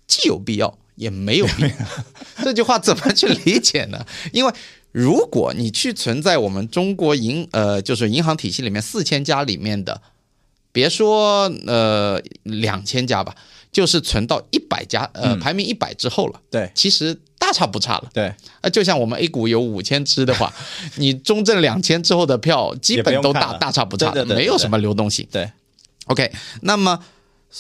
Speaker 1: 既有必要也没有必要。这句话怎么去理解呢？因为如果你去存在我们中国银呃，就是银行体系里面四千家里面的，别说呃两千家吧，就是存到一百家，呃，排名一百之后了，
Speaker 2: 对，
Speaker 1: 其实大差不差了。
Speaker 2: 对，
Speaker 1: 啊，就像我们 A 股有五千只的
Speaker 2: *laughs*
Speaker 1: 话，你中证两千之后的票基本都
Speaker 2: 也不用看
Speaker 1: 大
Speaker 2: 了
Speaker 1: 大差不差的，
Speaker 2: 对对对对
Speaker 1: 没有什么流动性。
Speaker 2: 对，
Speaker 1: OK，那么。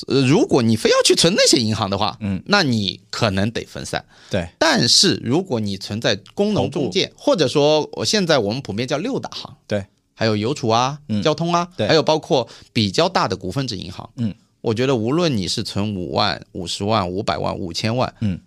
Speaker 1: 呃，如果你非要去存那些银行的话，嗯，那你可能得分散。
Speaker 2: 对，
Speaker 1: 但是如果你存在工农中介，或者说我现在我们普遍叫六大行，
Speaker 2: 对，
Speaker 1: 还有邮储啊、交通啊，
Speaker 2: 嗯对
Speaker 1: 还有包括比较大的股份制银行，
Speaker 2: 嗯，
Speaker 1: 我觉得无论你是存五万、五十万、五百万、五千万，
Speaker 2: 嗯，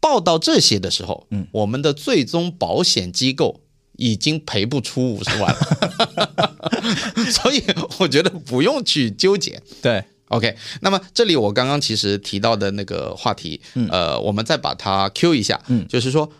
Speaker 1: 报到这些的时候，
Speaker 2: 嗯，
Speaker 1: 我们的最终保险机构。已经赔不出五十万了， *laughs* 所以我觉得不用去纠结。
Speaker 2: 对，
Speaker 1: OK，那么这里我刚刚其实提到的那个话题，呃，我们再把它 Q 一下，
Speaker 2: 嗯
Speaker 1: 就是说，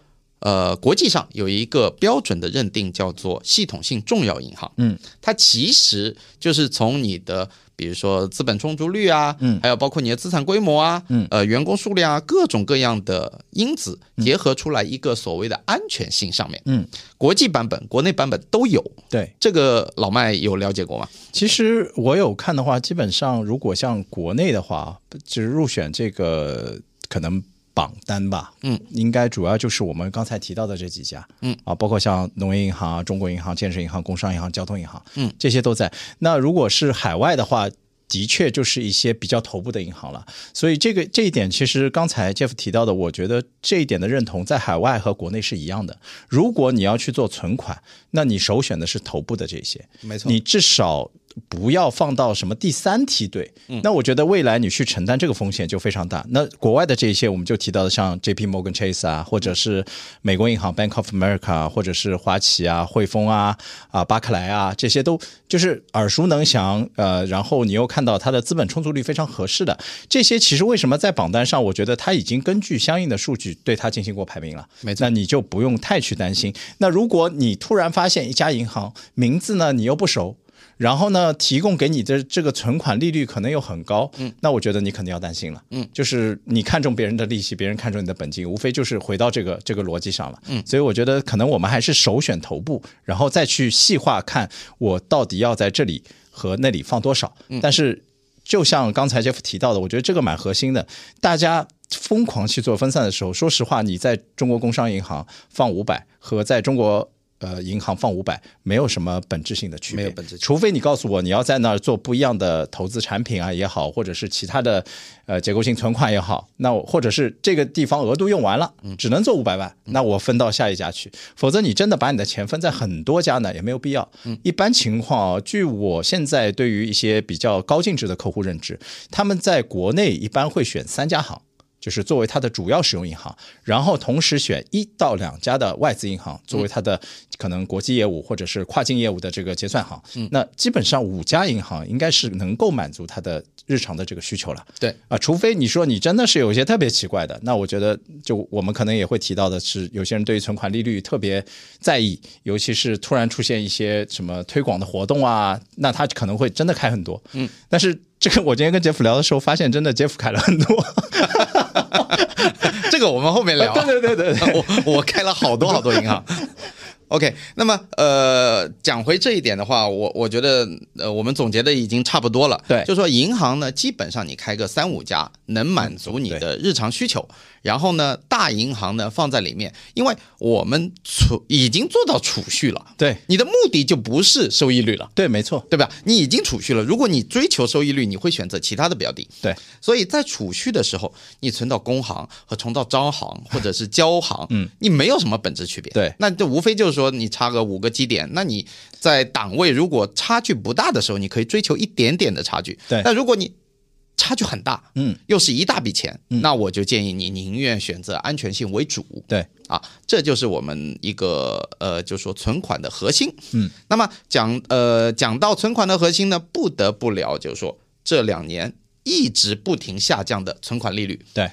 Speaker 1: 呃，国际上有一个标准的认定叫做系统性重要银行，
Speaker 2: 嗯，
Speaker 1: 它其实就是从你的比如说资本充足率啊，
Speaker 2: 嗯
Speaker 1: 还有包括你的资产规模啊，
Speaker 2: 嗯，
Speaker 1: 呃，员工数量啊，各种各样的因子结合出来一个所谓的安全性上面，
Speaker 2: 嗯，
Speaker 1: 国际版本、国内版本都有，
Speaker 2: 对。
Speaker 1: 这个老麦有了解过吗？
Speaker 2: 其实我有看的话，基本上如果像国内的话，就是入选这个可能榜单吧，
Speaker 1: 嗯，
Speaker 2: 应该主要就是我们刚才提到的这几家，
Speaker 1: 嗯
Speaker 2: 啊，包括像农业银行、中国银行、建设银行、工商银行、交通银行，
Speaker 1: 嗯，
Speaker 2: 这些都在。那如果是海外的话。的确就是一些比较头部的银行了，所以这个这一点其实刚才 Jeff 提到的，我觉得这一点的认同在海外和国内是一样的。如果你要去做存款，那你首选的是头部的这些，
Speaker 1: 没
Speaker 2: 你至少不要放到什么第三梯队。那我觉得未来你去承担这个风险就非常大。那国外的这一些，我们就提到的像 J P Morgan Chase 啊，或者是美国银行 Bank of America，啊或者是花旗啊、汇丰啊、啊巴克莱啊，这些都就是耳熟能详。呃，然后你又看到它的资本充足率非常合适的这些，其实为什么在榜单上，我觉得它已经根据相应的数据对它进行过排名了。
Speaker 1: 没错
Speaker 2: 那你就不用太去担心。那如果你突然发现一家银行名字呢你又不熟，然后呢，提供给你的这个存款利率可能又很高，嗯，那我觉得你肯定要担心了，嗯，就是你看中别人的利息，别人看中你的本金，无非就是回到这个这个逻辑上了，嗯，所以我觉得可能我们还是首选头部，然后再去细化看我到底要在这里和那里放多少，
Speaker 1: 嗯
Speaker 2: 但是。就像刚才 Jeff 提到的，我觉得这个蛮核心的。大家疯狂去做分散的时候，说实话，你在中国工商银行放五百和在中国呃银行放五百没有什么本质性的区别，
Speaker 1: 没有本质性
Speaker 2: 除非你告诉我你要在那儿做不一样的投资产品啊也好，或者是其他的呃结构性存款也好，那我或者是这个地方额度用完了，只能做五百万，那我分到下一家去，否则你真的把你的钱分在很多家呢也没有必要。一般情况啊，据我现在对于一些比较高净值的客户认知，他们在国内一般会选三家行。就是作为它的主要使用银行，然后同时选一到两家的外资银行作为它的可能国际业务或者是跨境业务的这个结算行。
Speaker 1: 嗯
Speaker 2: 那基本上五家银行应该是能够满足它的日常的这个需求了。
Speaker 1: 对，
Speaker 2: 啊，除非你说你真的是有一些特别奇怪的，那我觉得就我们可能也会提到的是，有些人对于存款利率特别在意，尤其是突然出现一些什么推广的活动啊，那他可能会真的开很多。嗯，但是这个我今天跟杰夫聊的时候，发现真的杰夫开了很多。
Speaker 1: 这个我们后
Speaker 2: *laughs*
Speaker 1: 面聊。啊
Speaker 2: 对对对对，
Speaker 1: *laughs* 我我开了好多好多银行。OK，那么呃，讲回这一点的话，我我觉得呃，我们总结的已经差不多了。
Speaker 2: 对
Speaker 1: 就说银行呢，基本上你开个三五家，能满足你的日常需求。然后呢，大银行呢放在里面，因为我们储已经做到储蓄了，
Speaker 2: 对
Speaker 1: 你的目的就不是收益率了，
Speaker 2: 对，没错，
Speaker 1: 对吧？你已经储蓄了，如果你追求收益率，你会选择其他的标的。
Speaker 2: 对，
Speaker 1: 所以在储蓄的时候，你存到工行和存到招行或者是交行，嗯，你没有什么本质区别。
Speaker 2: 对
Speaker 1: 那就无非就是说你差个五个基点，那你在档位如果差距不大的时候，你可以追求一点点的差距。
Speaker 2: 对
Speaker 1: 那如果你差距很大，
Speaker 2: 嗯，
Speaker 1: 又是一大笔钱，那我就建议你宁愿选择安全性为主。
Speaker 2: 对，
Speaker 1: 啊，这就是我们一个呃，就说存款的核心。嗯，那么讲呃讲到存款的核心呢，不得不聊就是说这两年一直不停下降的存款利率，
Speaker 2: 对，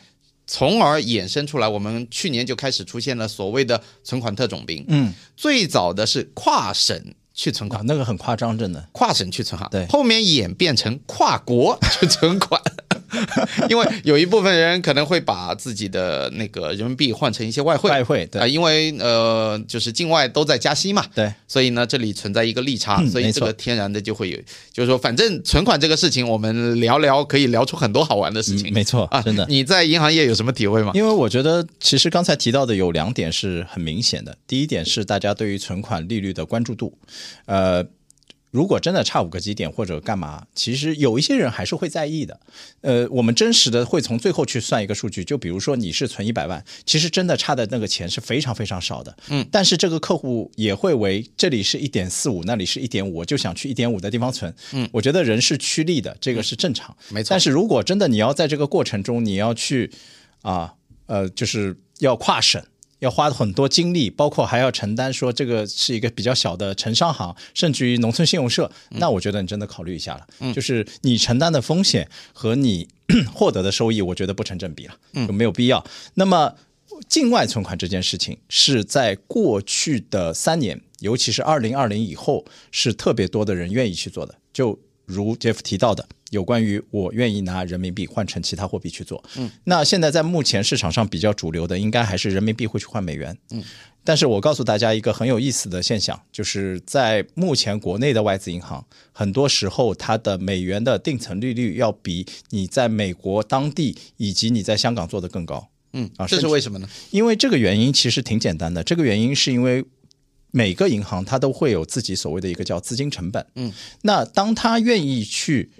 Speaker 1: 从而衍生出来，我们去年就开始出现了所谓的存款特种兵。
Speaker 2: 嗯，
Speaker 1: 最早的是跨省去存款，
Speaker 2: 哇，啊那个很夸张，真的。
Speaker 1: 跨省去存款，
Speaker 2: 对
Speaker 1: 后面演变成跨国去存 *laughs* 款，因为有一部分人可能会把自己的那个人民币换成一些外汇，
Speaker 2: 外汇对
Speaker 1: 啊、因为呃，就是境外都在加息嘛，
Speaker 2: 对，
Speaker 1: 所以呢，这里存在一个利差，
Speaker 2: 嗯
Speaker 1: 所以
Speaker 2: 没
Speaker 1: 这
Speaker 2: 错
Speaker 1: 个天然的就会有，就是说，反正存款这个事情，我们聊聊可以聊出很多好玩的事情，
Speaker 2: 没错
Speaker 1: 啊，，
Speaker 2: 真的。
Speaker 1: 你在银行业有什么体会吗？
Speaker 2: 因为我觉得，其实刚才提到的有两点是很明显的。第一点是大家对于存款利率的关注度，呃，如果真的差五个基点或者干嘛，其实有一些人还是会在意的。呃，我们真实的会从最后去算一个数据，就比如说你是存一百万，其实真的差的那个钱是非常非常少的。嗯，但是这个客户也会为这里是一点四五，那里是一点五，我就想去一点五的地方存。嗯，我觉得人是趋利的，这个是正常。
Speaker 1: 没错
Speaker 2: 但是如果真的你要在这个过程中，你要去啊，呃，就是要跨省。要花很多精力，包括还要承担说这个是一个比较小的城商行，甚至于农村信用社，那我觉得你真的考虑一下了，就是你承担的风险和你嗯获得的收益，我觉得不成正比了，就没有必要。那么境外存款这件事情是在过去的三年，尤其是二零二零以后，是特别多的人愿意去做的。就如 Jeff 提到的，有关于我愿意拿人民币换成其他货币去做。嗯，那现在在目前市场上比较主流的，应该还是人民币会去换美元。嗯，但是我告诉大家一个很有意思的现象，就是在目前国内的外资银行，很多时候它的美元的定存利率要比你在美国当地以及你在香港做的更高。
Speaker 1: 嗯
Speaker 2: 啊，
Speaker 1: 这
Speaker 2: 甚
Speaker 1: 是
Speaker 2: 至
Speaker 1: 为什么呢？
Speaker 2: 因为这个原因其实挺简单的，这个原因是因为每个银行它都会有自己所谓的一个叫资金成本。嗯，那当他愿意去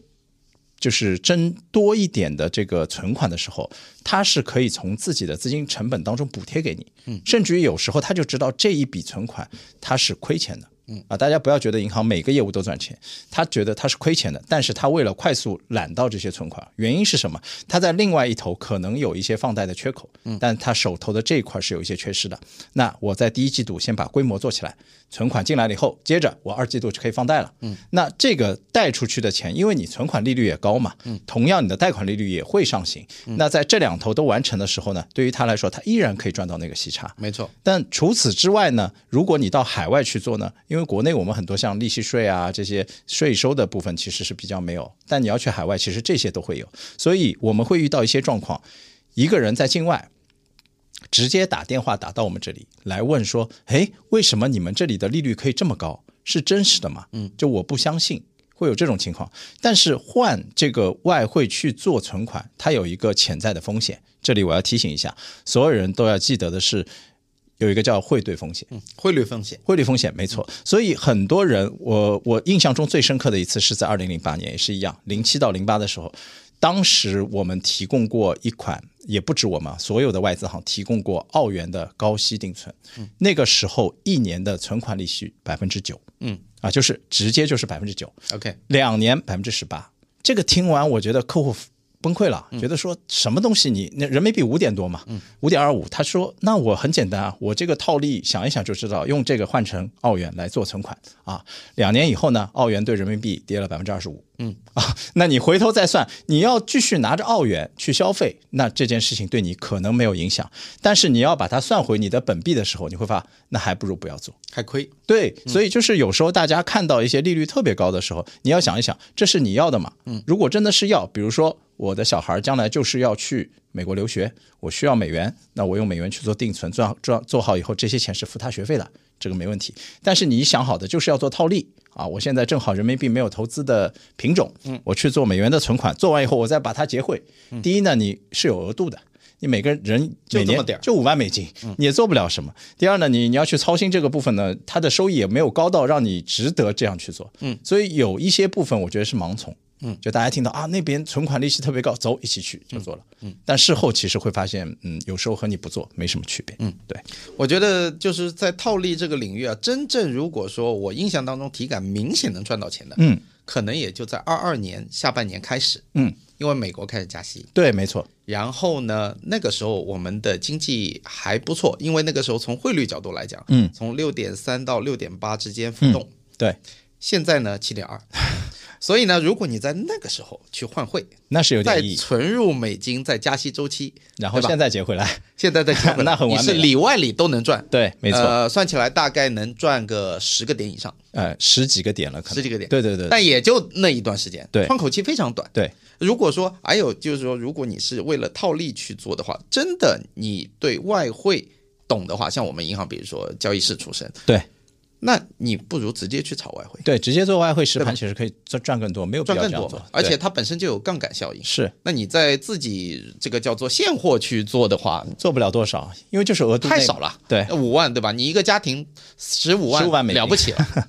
Speaker 2: 就是争多一点的这个存款的时候，他是可以从自己的资金成本当中补贴给你，嗯，甚至于有时候他就知道这一笔存款它是亏钱的。嗯啊，大家不要觉得银行每个业务都赚钱，他觉得他是亏钱的，但是他为了快速揽到这些存款，原因是什么？他在另外一头可能有一些放贷的缺口，嗯，但他手头的这一块是有一些缺失的。那我在第一季度先把规模做起来，存款进来了以后，接着我二季度就可以放贷了，嗯，那这个贷出去的钱，因为你存款利率也高嘛，嗯，同样你的贷款利率也会上行，那在这两头都完成的时候呢，对于他来说，他依然可以赚到那个息差，
Speaker 1: 没错，
Speaker 2: 但除此之外呢，如果你到海外去做呢，因为为国内我们很多像利息税啊这些税收的部分其实是比较没有，但你要去海外，其实这些都会有，所以我们会遇到一些状况，一个人在境外。直接打电话打到我们这里来问说，哎，为什么你们这里的利率可以这么高？是真实的吗？嗯，就我不相信会有这种情况。但是换这个外汇去做存款，它有一个潜在的风险。这里我要提醒一下，所有人都要记得的是，有一个叫汇兑风险。
Speaker 1: 嗯汇率风险，
Speaker 2: 汇率风险没错，所以很多人，我我印象中最深刻的一次是在二零零八年，也是一样，零七到零八的时候，当时我们提供过一款，也不止我们，所有的外资行提供过澳元的高息定存，那个时候一年的存款利息百分之九，
Speaker 1: 嗯，
Speaker 2: 啊，就是直接就是百分之九，
Speaker 1: OK，
Speaker 2: 两年百分之十八。这个听完，我觉得客户崩溃了，觉得说什么东西你那人民币五点多嘛，五点二五，他说那我很简单啊，我这个套利想一想就知道，用这个换成澳元来做存款啊。两年以后呢，澳元对人民币跌了百分之二十五，嗯啊，那你回头再算，你要继续拿着澳元去消费，那这件事情对你可能没有影响，但是你要把它算回你的本币的时候，你会发那还不如不要做。
Speaker 1: 还亏，
Speaker 2: 对，所以就是有时候大家看到一些利率特别高的时候，你要想一想，这是你要的吗？嗯，如果真的是要，比如说我的小孩将来就是要去美国留学，我需要美元，那我用美元去做定存，做好做做好以后，这些钱是付他学费的，这个没问题。但是你想好的就是要做套利啊，我现在正好人民币没有投资的品种，嗯，我去做美元的存款，做完以后我再把它结汇。第一呢，你是有额度的。你每个人
Speaker 1: 嗯就
Speaker 2: 每
Speaker 1: 这么
Speaker 2: 年
Speaker 1: 点儿
Speaker 2: 就五万美金，
Speaker 1: 嗯
Speaker 2: 你也做不了什么。第二呢，你你要去操心这个部分呢，它的收益也没有高到让你值得这样去做。嗯，所以有一些部分我觉得是盲从。嗯，就大家听到啊，那边存款利息特别高，走一起去就做了。嗯，但事后其实会发现，嗯，有时候和你不做没什么区别。嗯，对，
Speaker 1: 我觉得就是在套利这个领域啊，真正如果说我印象当中体感明显能赚到钱的，
Speaker 2: 嗯，
Speaker 1: 可能也就在二二年下半年开始，
Speaker 2: 嗯，
Speaker 1: 因为美国开始加息，
Speaker 2: 对，没错，
Speaker 1: 然后呢，那个时候我们的经济还不错，因为那个时候从汇率角度来讲，
Speaker 2: 嗯，
Speaker 1: 从六点三到六点八之间浮动，
Speaker 2: 对，
Speaker 1: 现在呢七点
Speaker 2: *laughs*
Speaker 1: 二，所以呢，如果你在那个时候去换汇，
Speaker 2: 那是有
Speaker 1: 再
Speaker 2: 点意义。
Speaker 1: 存入美金，再加息周期，
Speaker 2: 然后
Speaker 1: 对吧
Speaker 2: 现在结回来，
Speaker 1: 现在再加
Speaker 2: *laughs* 那很完美
Speaker 1: 你是里外里都能赚，
Speaker 2: 对，没错，
Speaker 1: 呃，算起来大概能赚个十个点以上，
Speaker 2: 呃，十几个点了，可能
Speaker 1: 十几个点
Speaker 2: 对对对，
Speaker 1: 但也就那一段时间，
Speaker 2: 呃对
Speaker 1: 窗口期非常短。
Speaker 2: 对，
Speaker 1: 如果说还有就是说，如果你是为了套利去做的话，真的你对外汇懂的话，像我们银行，比如说交易室出身，
Speaker 2: 对
Speaker 1: 那你不如直接去炒外汇，
Speaker 2: 对，直接做外汇实盘其实可以赚赚更多，没有必
Speaker 1: 赚
Speaker 2: 要
Speaker 1: 更
Speaker 2: 这样
Speaker 1: 多
Speaker 2: 做
Speaker 1: 嘛。。而且
Speaker 2: 对
Speaker 1: 它本身就有杠杆效应。
Speaker 2: 是
Speaker 1: 那你在自己这个叫做现货去做的话，
Speaker 2: 做不了多少，因为就是额度
Speaker 1: 太
Speaker 2: 内
Speaker 1: 少了，
Speaker 2: 对，
Speaker 1: 五万对吧？你一个家庭十五万，
Speaker 2: 15万美金
Speaker 1: 了不起了。
Speaker 2: *laughs*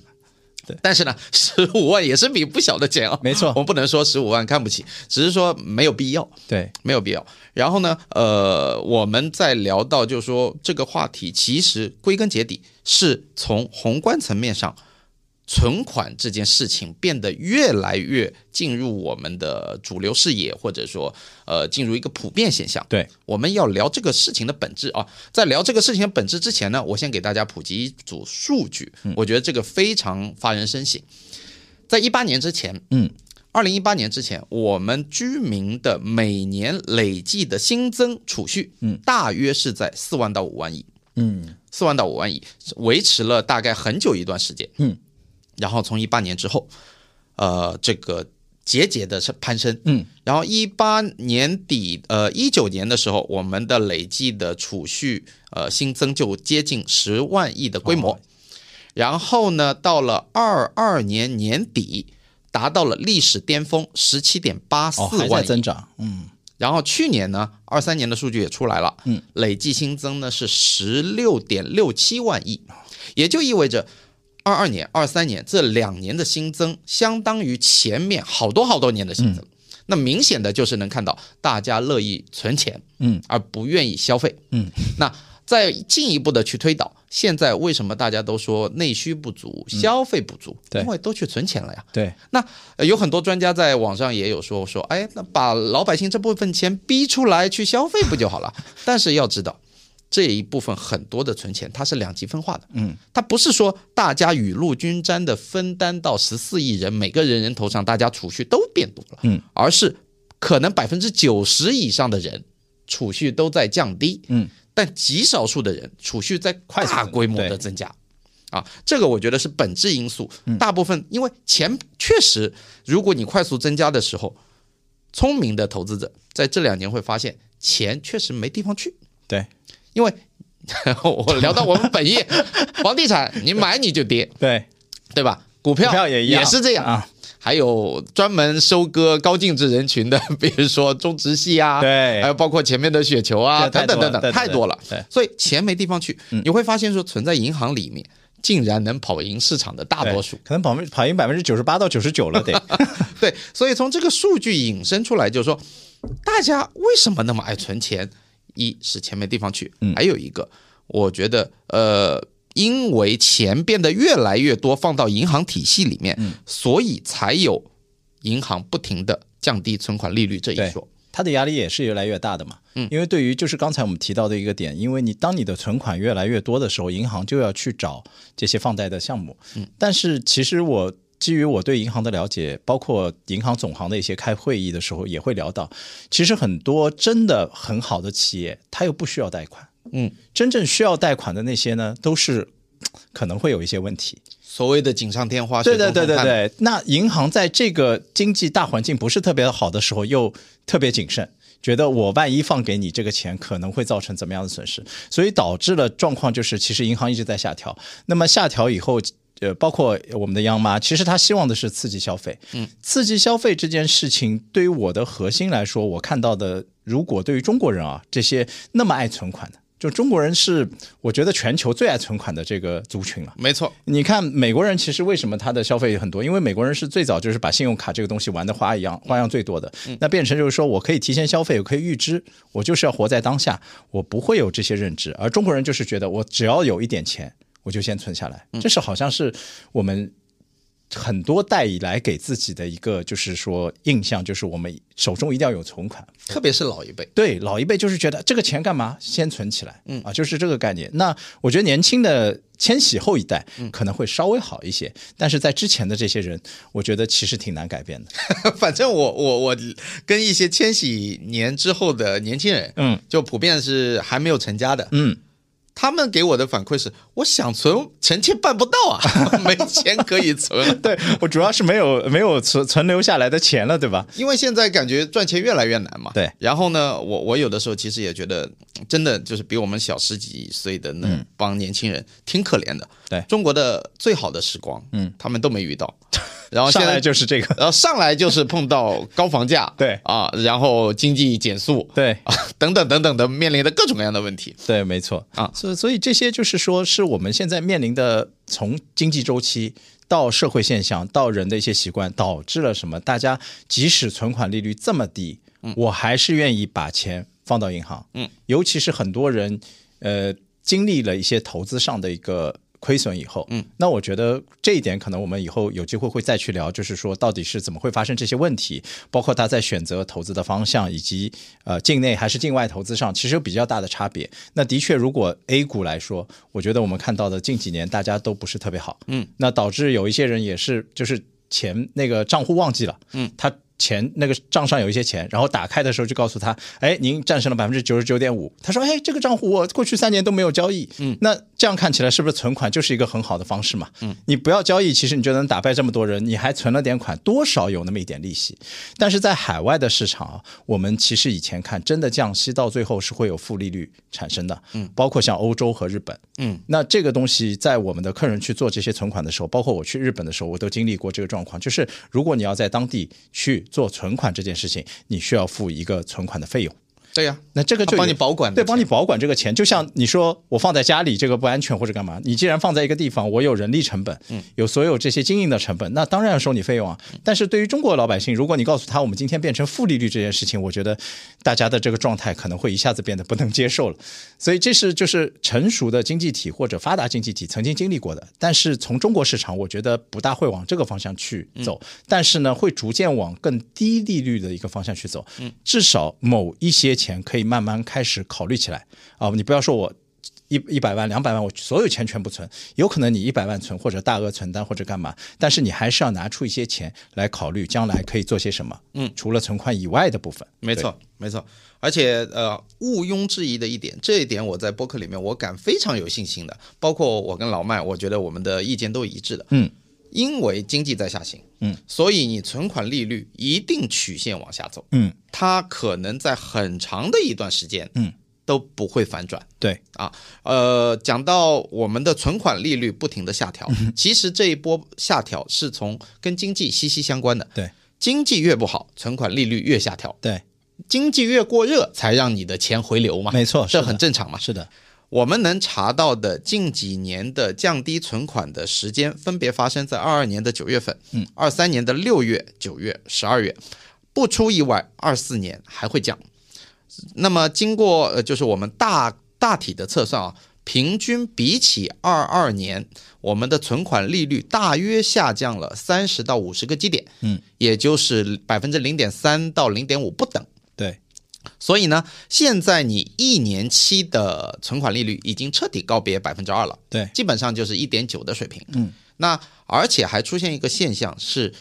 Speaker 2: 对，
Speaker 1: 但是呢，十五万也是笔不小的钱啊。
Speaker 2: 没错
Speaker 1: 我们不能说十五万看不起，只是说没有必要，
Speaker 2: 对，
Speaker 1: 没有必要。然后呢，呃，我们再聊到就是说这个话题，其实归根结底是从宏观层面上，存款这件事情变得越来越进入我们的主流视野，或者说呃进入一个普遍现象。
Speaker 2: 对，
Speaker 1: 我们要聊这个事情的本质啊。在聊这个事情的本质之前呢，我先给大家普及一组数据，我觉得这个非常发人深省。在一八年之前，
Speaker 2: 嗯，
Speaker 1: 二零一八年之前，我们居民的每年累计的新增储蓄，嗯，大约是在四万到五万亿，
Speaker 2: 嗯，
Speaker 1: 四万到五万亿，维持了大概很久一段时间。
Speaker 2: 嗯，
Speaker 1: 然后从一八年之后，呃，这个节节的攀升。
Speaker 2: 嗯，
Speaker 1: 然后一八年底，呃，一九年的时候，我们的累计的储蓄，呃，新增就接近十万亿的规
Speaker 2: 哦
Speaker 1: 模。然后呢，到了二二年年底，达到了历史巅峰十七点八四
Speaker 2: 哦，还在
Speaker 1: 万亿。
Speaker 2: 增长，嗯，
Speaker 1: 然后去年呢，二三年的数据也出来了，
Speaker 2: 嗯，
Speaker 1: 累计新增呢是十六点六七万亿，也就意味着二二年、二三年这两年的新增，相当于前面好多好多年的新
Speaker 2: 嗯
Speaker 1: 增。那明显的就是能看到大家乐意存钱，
Speaker 2: 嗯，
Speaker 1: 而不愿意消费，
Speaker 2: 嗯。
Speaker 1: 那再进一步的去推导，现在为什么大家都说内需不足、消费不足？
Speaker 2: 嗯对
Speaker 1: 因为都去存钱了呀。
Speaker 2: 对，
Speaker 1: 那呃有很多专家在网上也有说说，哎，那把老百姓这部分钱逼出来去消费不就好了？但是要知道，这一部分很多的存钱它是两极分化的，嗯，它不是说大家雨露均沾的分担到十四亿人每个人人头上，大家储蓄都变多了，
Speaker 2: 嗯，
Speaker 1: 而是可能百分之九十以上的人储蓄都在降低，
Speaker 2: 嗯，
Speaker 1: 但极少数的人储蓄在
Speaker 2: 快速
Speaker 1: 大
Speaker 2: 增
Speaker 1: 规模
Speaker 2: 对
Speaker 1: 的增加。啊，这个我觉得是本质因素。
Speaker 2: 嗯
Speaker 1: 大部分因为钱确实，如果你快速增加的时候，聪明的投资者在这两年会发现钱确实没地方去，
Speaker 2: 对
Speaker 1: 因为 *laughs* 我聊到我们本业，房地产你买你就跌，
Speaker 2: 对，
Speaker 1: 对吧？股票
Speaker 2: 股票也一样
Speaker 1: 是这样
Speaker 2: 啊。
Speaker 1: 还有专门收割高净值人群的，比如说中植系啊，
Speaker 2: 对
Speaker 1: 还有包括前面的雪球啊，
Speaker 2: 这太
Speaker 1: 等等
Speaker 2: 多了
Speaker 1: 等等，
Speaker 2: 对对嗯
Speaker 1: 太多了。
Speaker 2: 对
Speaker 1: 所以钱没地方去，你会发现说存在银行里面竟然能跑赢市场的大
Speaker 2: 对
Speaker 1: 多数。
Speaker 2: 可能跑分跑赢百分之九十八到九十九了得。
Speaker 1: 对，所以从这个数据引申出来，就是说，大家为什么那么爱存钱？一是钱没地方去，
Speaker 2: 嗯
Speaker 1: 还有一个，我觉得，呃，因为钱变得越来越多放到银行体系里面，
Speaker 2: 嗯
Speaker 1: 所以才有银行不停的降低存款利率这一
Speaker 2: 对
Speaker 1: 说。
Speaker 2: 它的压力也是越来越大的嘛。嗯，因为对于就是刚才我们提到的一个点，因为你当你的存款越来越多的时候，银行就要去找这些放贷的项目。嗯，但是其实我。基于我对银行的了解，包括银行总行的一些开会议的时候，也会聊到，其实很多真的很好的企业，它又不需要贷款。
Speaker 1: 嗯，
Speaker 2: 真正需要贷款的那些呢，都是可能会有一些问题。
Speaker 1: 所谓的锦上添花，
Speaker 2: 对
Speaker 1: 雪
Speaker 2: 对
Speaker 1: 中
Speaker 2: 对对
Speaker 1: 送炭，
Speaker 2: 对，那银行在这个经济大环境不是特别好的时候，又特别谨慎，觉得我万一放给你这个钱，可能会造成怎么样的损失，所以导致了状况就是，其实银行一直在下调。那么下调以后。呃，包括我们的央妈，其实她希望的是刺激消费。嗯，刺激消费这件事情，对于我的核心来说，我看到的，如果对于中国人啊，这些那么爱存款的，就中国人是我觉得全球最爱存款的这个族群了。
Speaker 1: 没错，
Speaker 2: 你看美国人其实为什么他的消费很多？因为美国人是最早就是把信用卡这个东西玩的花一样花样最多的，那变成就是说我可以提前消费，我可以预支，我就是要活在当下，我不会有这些认知。而中国人就是觉得我只要有一点钱，我就先存下来，这是好像是我们很多代以来给自己的一个就是说印象，就是我们手中一定要有存款，
Speaker 1: 特别是老一辈，
Speaker 2: 对，老一辈就是觉得这个钱干嘛，先存起来，嗯啊，就是这个概念。那我觉得年轻的千禧后一代可能会稍微好一些，但是在之前的这些人，我觉得其实挺难改变的。
Speaker 1: 反正我我我跟一些千禧年之后的年轻人，
Speaker 2: 嗯，
Speaker 1: 就普遍是还没有成家的，
Speaker 2: 嗯，
Speaker 1: 他们给我的反馈是，我想存，臣妾办不到啊， *laughs* 没钱可以存。啊
Speaker 2: 对我主要是没有没有存存留下来的钱了，对吧？
Speaker 1: *laughs* 因为现在感觉赚钱越来越难嘛，
Speaker 2: 对。
Speaker 1: 然后呢，我我有的时候其实也觉得，真的就是比我们小十几岁的那帮年轻人、挺可怜的。
Speaker 2: 嗯对
Speaker 1: 中国的最好的时光，嗯，他们都没遇
Speaker 2: *laughs*
Speaker 1: 到。然后现
Speaker 2: 上
Speaker 1: 在
Speaker 2: 来就是这个，
Speaker 1: 然后上来就是碰到高房价，
Speaker 2: 对
Speaker 1: 啊，然后经济减
Speaker 2: *laughs*
Speaker 1: 速
Speaker 2: 对。
Speaker 1: 啊， *laughs* 等等等等的，面临的各种各样的问题。
Speaker 2: 对，没错
Speaker 1: 啊
Speaker 2: 所以所以这些就是说，是我们现在面临的从经济周期到社会现象到人的一些习惯，导致了什么？大家即使存款利率这么低，我还是愿意把钱放到银行。嗯，尤其是很多人，呃，经历了一些投资上的一个。亏损以后，嗯，那我觉得这一点可能我们以后有机会会再去聊，就是说到底是怎么会发生这些问题，包括他在选择投资的方向以及呃境内还是境外投资上，其实有比较大的差别。那的确，如果 A 股来说，我觉得我们看到的近几年大家都不是特别好，嗯，那导致有一些人也是就是钱那个账户忘记了，嗯，他。钱那个账上有一些钱，然后打开的时候就告诉他，哎，您战胜了百分之九十九点五。他说，哎，这个账户我过去三年都没有交易，嗯，那这样看起来是不是存款就是一个很好的方式嘛？嗯，你不要交易，其实你就能打败这么多人，你还存了点款，多少有那么一点利息。但是在海外的市场啊，我们其实以前看真的降息到最后是会有负利率产生的，嗯，包括像欧洲和日本，
Speaker 1: 嗯，
Speaker 2: 那这个东西在我们的客人去做这些存款的时候，包括我去日本的时候，我都经历过这个状况，就是如果你要在当地去做存款这件事情，你需要付一个存款的费用。
Speaker 1: 对呀、
Speaker 2: 那这个就
Speaker 1: 他帮
Speaker 2: 有
Speaker 1: 你保管的
Speaker 2: 对，
Speaker 1: 钱
Speaker 2: 帮你保管这个钱。就像你说，我放在家里这个不安全或者干嘛，你既然放在一个地方，我有人力成本，有所有这些经营的成本，那当然要收你费用啊。但是对于中国老百姓，如果你告诉他我们今天变成负利率这件事情，我觉得大家的这个状态可能会一下子变得不能接受了。所以这是就是成熟的经济体或者发达经济体曾经经历过的，但是从中国市场，我觉得不大会往这个方向去
Speaker 1: 嗯
Speaker 2: 走，但是呢，会逐渐往更低利率的一个方向
Speaker 1: 嗯
Speaker 2: 去走。至少某一些钱可以慢慢开始考虑起来啊，你不要说我。一一百万、两百万，我所有钱全部存，有可能你一百万存或者大额存单或者干嘛，但是你还是要拿出一些钱来考虑将来可以做些什么。嗯，除了存款以外的部分，
Speaker 1: 没错，没错。而且呃，毋庸置疑的一点，这一点我在播客里面我敢非常有信心的，包括我跟老麦，我觉得我们的意见都一致的。
Speaker 2: 嗯，
Speaker 1: 因为经济在下行，
Speaker 2: 嗯，
Speaker 1: 所以你存款利率一定曲线往下走，
Speaker 2: 嗯，
Speaker 1: 它可能在很长的一段时间，
Speaker 2: 嗯，
Speaker 1: 都不会反转。
Speaker 2: 对，
Speaker 1: 啊，呃，讲到我们的存款利率不停的下调，其实这一波下调是从跟经济息息相关的。
Speaker 2: 对，
Speaker 1: 经济越不好，存款利率越下调；
Speaker 2: 对，
Speaker 1: 经济越过热，才让你的钱回流嘛。
Speaker 2: 没错，
Speaker 1: 这
Speaker 2: 是的
Speaker 1: 很正常嘛。
Speaker 2: 是的，
Speaker 1: 我们能查到的近几年的降低存款的时间，分别发生在二二年的九月份，嗯，二三年的六月、九月、十二月，不出意外，二四年还会降。那么经过呃，就是我们大大体的测算啊，平均比起二二年，我们的存款利率大约下降了三十到五十个基点，
Speaker 2: 嗯，
Speaker 1: 也就是百分之零点三到零点五不等。
Speaker 2: 对，
Speaker 1: 所以呢，现在你一年期的存款利率已经彻底告别百分之二了，
Speaker 2: 对，
Speaker 1: 基本上就是一点九的水平。嗯，那而且还出现一个现象是，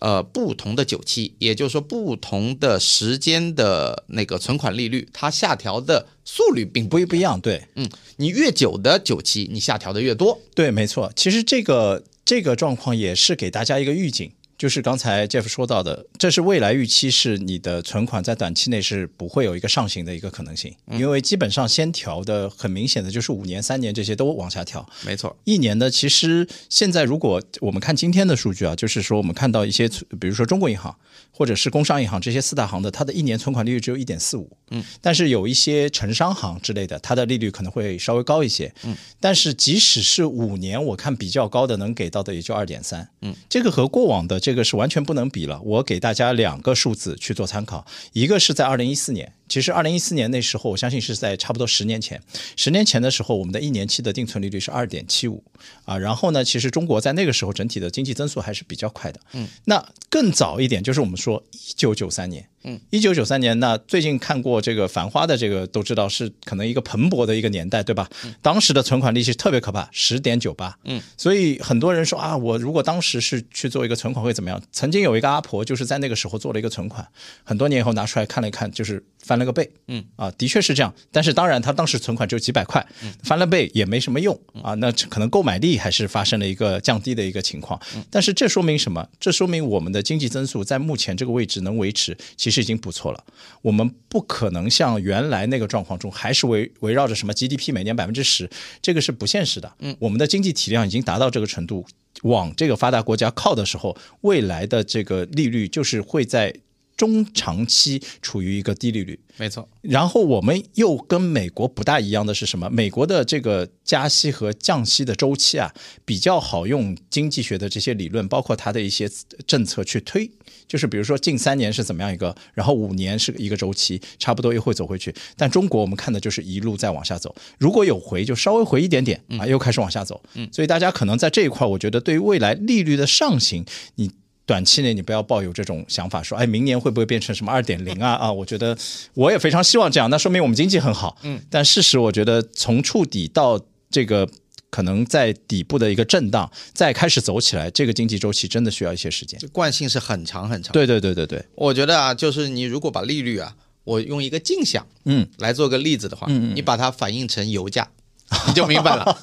Speaker 1: 呃，不同的九期，也就是说不同的时间的那个存款利率，它下调的速率并不
Speaker 2: 不
Speaker 1: 一
Speaker 2: 一不一样，对，
Speaker 1: 嗯，你越久的九期，你下调的越多。
Speaker 2: 对，没错。其实这个这个状况也是给大家一个预警，就是刚才 Jeff 说到的，这是未来预期是你的存款在短期内是不会有一个上行的一个可能性，因为基本上先调的很明显的就是五年、三年这些都往下调。
Speaker 1: 没错，
Speaker 2: 一年的，其实现在如果我们看今天的数据啊，就是说我们看到一些，比如说中国银行或者是工商银行这些四大行的，它的一年存款利率只有一点四五，嗯，但是有一些城商行之类的，它的利率可能会稍微高一些，嗯，但是即使是五年，我看比较高的能给到的也就二点三，嗯，这个和过往的这个是完全不能比了。我给大家两个数字去做参考，一个是在二零一四年，其实二零一四年那时候，我相信是在差不多十年前。十年前的时候，我们的一年期的定存利率是二点七五啊。然后呢，其实中国在那个时候整体的经济增速还是比较快的。嗯，那更早一点就是我们说一九九三年。嗯，一九九三年，那最近看过这个《繁花》的这个都知道是可能一个蓬勃的一个年代，对吧？当时的存款利息特别可怕，十点九八。嗯，所以很多人说啊，我如果当时是去做一个存款会怎么样？曾经有一个阿婆就是在那个时候做了一个存款，很多年以后拿出来看了一看，就是翻了个倍。嗯，啊，的确是这样。但是当然，她当时存款只有几百块，翻了倍也没什么用啊。那这可能购买力还是发生了一个降低的一个情况。但是这说明什么？这说明我们的经济增速在目前这个位置能维持，其实已经不错了。我们不可能像原来那个状况中，还是围围绕着什么 GDP 每年百分之十，这个是不现实的。嗯，我们的经济体量已经达到这个程度，往这个发达国家靠的时候，未来的这个利率就是会在中长期处于一个低利率。
Speaker 1: 没错，
Speaker 2: 然后我们又跟美国不大一样的是什么？美国的这个加息和降息的周期啊，比较好用经济学的这些理论，包括它的一些政策去推。就是比如说近三年是怎么样一个，然后五年是一个周期，差不多又会走回去。但中国我们看的就是一路在往下走，如果有回就稍微回一点点啊，又开始往下走。嗯，所以大家可能在这一块，我觉得对于未来利率的上行，你短期内你不要抱有这种想法，说哎，明年会不会变成什么二点零啊 *laughs* 啊？我觉得我也非常希望这样，那说明我们经济很好。嗯，但事实我觉得从触底到这个可能在底部的一个震荡，再开始走起来，这个经济周期真的需要一些时间。
Speaker 1: 这惯性是很长很长。
Speaker 2: 对对对对对，
Speaker 1: 我觉得啊，就是你如果把利率啊，我用一个镜像，
Speaker 2: 嗯，
Speaker 1: 来做个例子的话，嗯你把它反映成油价， *laughs* 你就明白了。
Speaker 2: *laughs*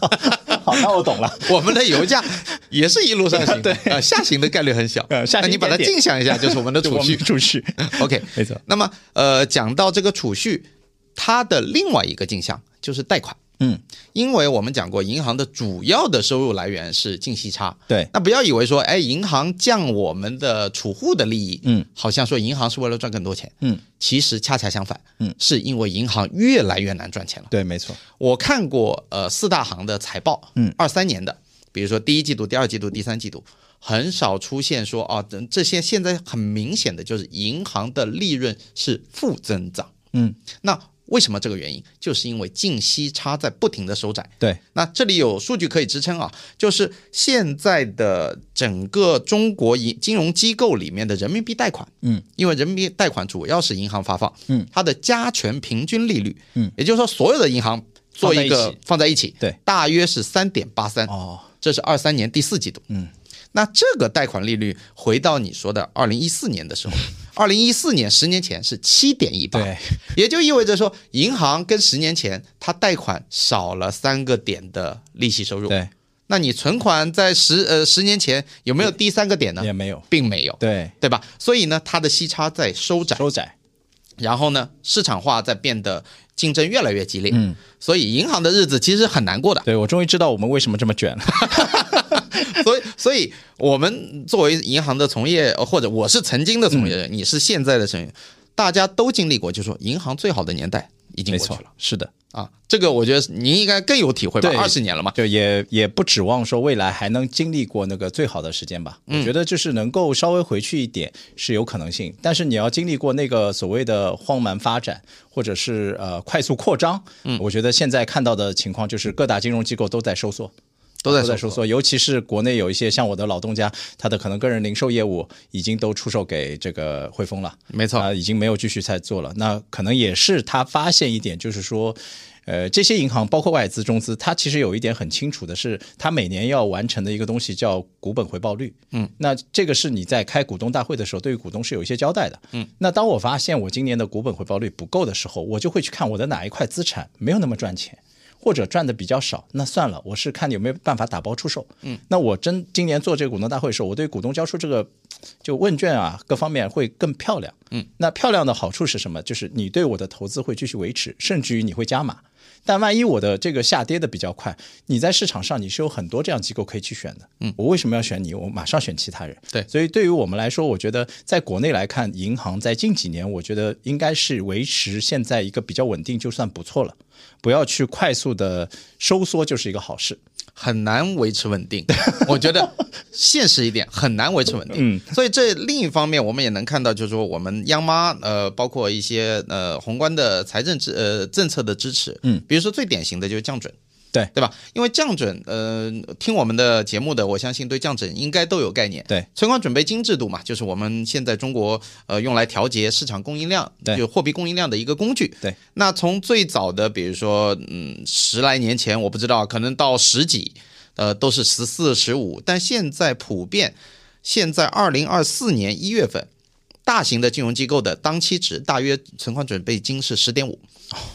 Speaker 2: 好，那我 *laughs* 懂了。
Speaker 1: 我们的油价也是一路上行，对、下行的概率很小。
Speaker 2: 呃下
Speaker 1: 那
Speaker 2: 行
Speaker 1: 你把它
Speaker 2: 一点点
Speaker 1: 镜像一下，就是我们的储
Speaker 2: *laughs* 我
Speaker 1: 蓄
Speaker 2: 们。储蓄，
Speaker 1: OK，
Speaker 2: 没错。
Speaker 1: 那么呃，讲到这个储蓄，它的另外一个镜像就是贷款。
Speaker 2: 嗯，
Speaker 1: 因为我们讲过，银行的主要的收入来源是净息差。
Speaker 2: 对，
Speaker 1: 那不要以为说，哎，银行降我们的储户的利益，
Speaker 2: 嗯，
Speaker 1: 好像说银行是为了赚更多钱，
Speaker 2: 嗯，
Speaker 1: 其实恰恰相反，
Speaker 2: 嗯，
Speaker 1: 是因为银行越来越难赚钱了。
Speaker 2: 对，没错，
Speaker 1: 我看过呃四大行的财报，
Speaker 2: 嗯，
Speaker 1: 二三年的，比如说第一季度、第二季度、第三季度，很少出现说啊，这这些现在很明显的就是银行的利润是负增长。
Speaker 2: 嗯，
Speaker 1: 那为什么这个原因？就是因为净息差在不停的收窄。
Speaker 2: 对，
Speaker 1: 那这里有数据可以支撑啊，就是现在的整个中国银金融机构里面的人民币贷款，
Speaker 2: 嗯，
Speaker 1: 因为人民币贷款主要是银行发放，
Speaker 2: 嗯，
Speaker 1: 它的加权平均利率，
Speaker 2: 嗯，
Speaker 1: 也就是说所有的银行做一
Speaker 2: 放在
Speaker 1: 个
Speaker 2: 一起
Speaker 1: 放在一起，
Speaker 2: 对，
Speaker 1: 大约是三点八三，
Speaker 2: 哦，
Speaker 1: 这是二三年第四季度。
Speaker 2: 嗯，
Speaker 1: 那这个贷款利率回到你说的二零一四年的
Speaker 2: *laughs*
Speaker 1: 时候，二零一四年十年前是七点一八，
Speaker 2: 对，
Speaker 1: 也就意味着说，银行跟十年前它贷款少了三个点的利息收入。
Speaker 2: 对，
Speaker 1: 那你存款在十呃十年前有没有低三个点呢？
Speaker 2: 也没有，
Speaker 1: 并没有，
Speaker 2: 对，
Speaker 1: 对吧？所以呢，它的息差在收窄，
Speaker 2: 收窄，
Speaker 1: 然后呢，市场化在变得竞争越来越激烈，
Speaker 2: 嗯，
Speaker 1: 所以银行的日子其实很难过的。
Speaker 2: 对我终于知道我们为什么这么卷了，
Speaker 1: *laughs* 所以，所以我们作为银行的从业，呃或者我是曾经的从业
Speaker 2: 嗯
Speaker 1: 人，你是现在的成员，大家都经历过，就说银行最好的年代已经
Speaker 2: 没
Speaker 1: 过去
Speaker 2: 错
Speaker 1: 了，
Speaker 2: 是的，
Speaker 1: 啊。这个我觉得您应该更有体会吧，
Speaker 2: 对
Speaker 1: 二十年了嘛。
Speaker 2: 就也也不指望说未来还能经历过那个最好的时间吧。
Speaker 1: 嗯
Speaker 2: 我觉得就是能够稍微回去一点是有可能性，但是你要经历过那个所谓的荒蛮发展，或者是呃快速扩张，
Speaker 1: 嗯
Speaker 2: 我觉得现在看到的情况就是各大金融机构都在收缩。
Speaker 1: 嗯都在
Speaker 2: 在
Speaker 1: 收
Speaker 2: 收缩，尤其是国内有一些像我的老东家，他的可能个人零售业务已经都出售给这个汇丰了，
Speaker 1: 没错
Speaker 2: 啊、已经没有继续再做了。那可能也是他发现一点，就是说。呃，这些银行包括外资、中资，它其实有一点很清楚的是，它每年要完成的一个东西叫股本回报率。嗯，那这个是你在开股东大会的时候，对于股东是有一些交代的。嗯，那当我发现我今年的股本回报率不够的时候，我就会去看我的哪一块资产没有那么赚钱。或者赚的比较少，那算了，我是看有没有办法打包出售。嗯，那我真今年做这个股东大会的时候，我对股东交出这个就问卷啊，各方面会更漂亮。嗯，那漂亮的好处是什么？就是你对我的投资会继续维持，甚至于你会加码。但万一我的这个下跌的比较快，你在市场上你是有很多这样机构可以去选的。嗯，我为什么要选你？我马上选其他人。
Speaker 1: 对
Speaker 2: 所以对于我们来说，我觉得在国内来看，银行在近几年，我觉得应该是维持现在一个比较稳定，就算不错了。不要去快速的收缩，就是一个好事。
Speaker 1: 很难维持稳定。 *laughs* 我觉得现实一点，很难维持稳定。
Speaker 2: 嗯
Speaker 1: 所以这另一方面，我们也能看到，就是说我们央妈呃，包括一些呃宏观的财政支呃政策的支持，
Speaker 2: 嗯，
Speaker 1: 比如说最典型的就是降准。
Speaker 2: 对
Speaker 1: 对吧？因为降准，呃，听我们的节目的，我相信对降准应该都有概念。
Speaker 2: 对，
Speaker 1: 存款准备金制度嘛，就是我们现在中国呃用来调节市场供应量，
Speaker 2: 对
Speaker 1: 就货币供应量的一个工具。
Speaker 2: 对，
Speaker 1: 那从最早的，比如说，嗯，十来年前，我不知道，可能到十几，呃，都是十四、十五，但现在普遍，现在二零二四年一月份，大型的金融机构的当期值大约存款准备金是十点五，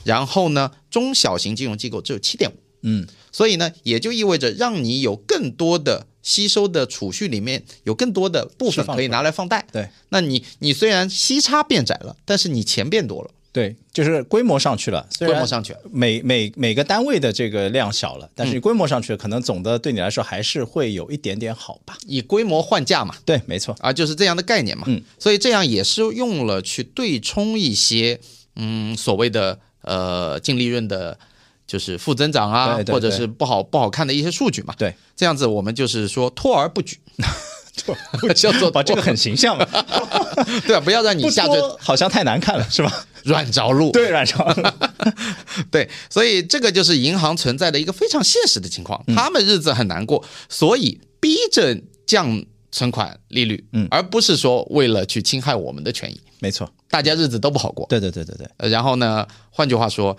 Speaker 1: 然后呢，中小型金融机构只有七点五，
Speaker 2: 嗯，
Speaker 1: 所以呢，也就意味着让你有更多的吸收的储蓄里面有更多的部分
Speaker 2: 释放
Speaker 1: 可以拿来放贷。
Speaker 2: 对
Speaker 1: 那你你虽然息差变窄了，但是你钱变多了，
Speaker 2: 对，就是规模上去了，虽
Speaker 1: 规
Speaker 2: 然
Speaker 1: 模上去了。
Speaker 2: 每每每个单位的这个量小了，但是你规模上去了，可能总的对你来说还是会有一点点好吧。
Speaker 1: 以规模换价嘛，
Speaker 2: 对，没 *laughs* 错，
Speaker 1: 啊，就是这样的概念嘛。
Speaker 2: 嗯，
Speaker 1: 所以这样也是用了去对冲一些，嗯，所谓的呃净利润的，就是负增长啊，
Speaker 2: 对对
Speaker 1: 或者
Speaker 2: 对
Speaker 1: 是不好不好看的一些数据嘛。
Speaker 2: 对，
Speaker 1: 这样子我们就是说拖而不举， *laughs* 叫做
Speaker 2: 把这个很形象嘛， *laughs*
Speaker 1: 对吧？不要让你
Speaker 2: 不
Speaker 1: 下着
Speaker 2: 说好像太难看了，是吧？
Speaker 1: 软着陆。
Speaker 2: *laughs* 对，阮超，
Speaker 1: 对，所以这个就是银行存在的一个非常现实的情况，
Speaker 2: 嗯
Speaker 1: 他们日子很难过，所以逼着降存款利率，嗯，而不是说为了去侵害我们的权益，
Speaker 2: *laughs* 没错，
Speaker 1: 大家日子都不好过。
Speaker 2: 对对对对对，
Speaker 1: 呃然后呢，换句话说，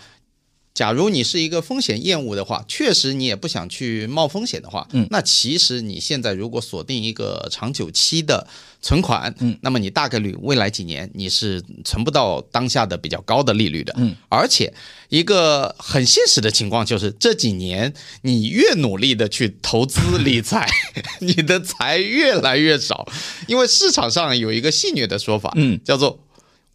Speaker 1: 假如你是一个风险厌恶的话，确实你也不想去冒风险的话，嗯，那其实你现在如果锁定一个长久期的存款，嗯，那么你大概率未来几年你是存不到当下的比较高的利率的，嗯，而且一个很现实的情况就是这几年你越努力的去投资理财， *laughs* 你的财越来越少，因为市场上有一个戏谑的说法，嗯，叫做。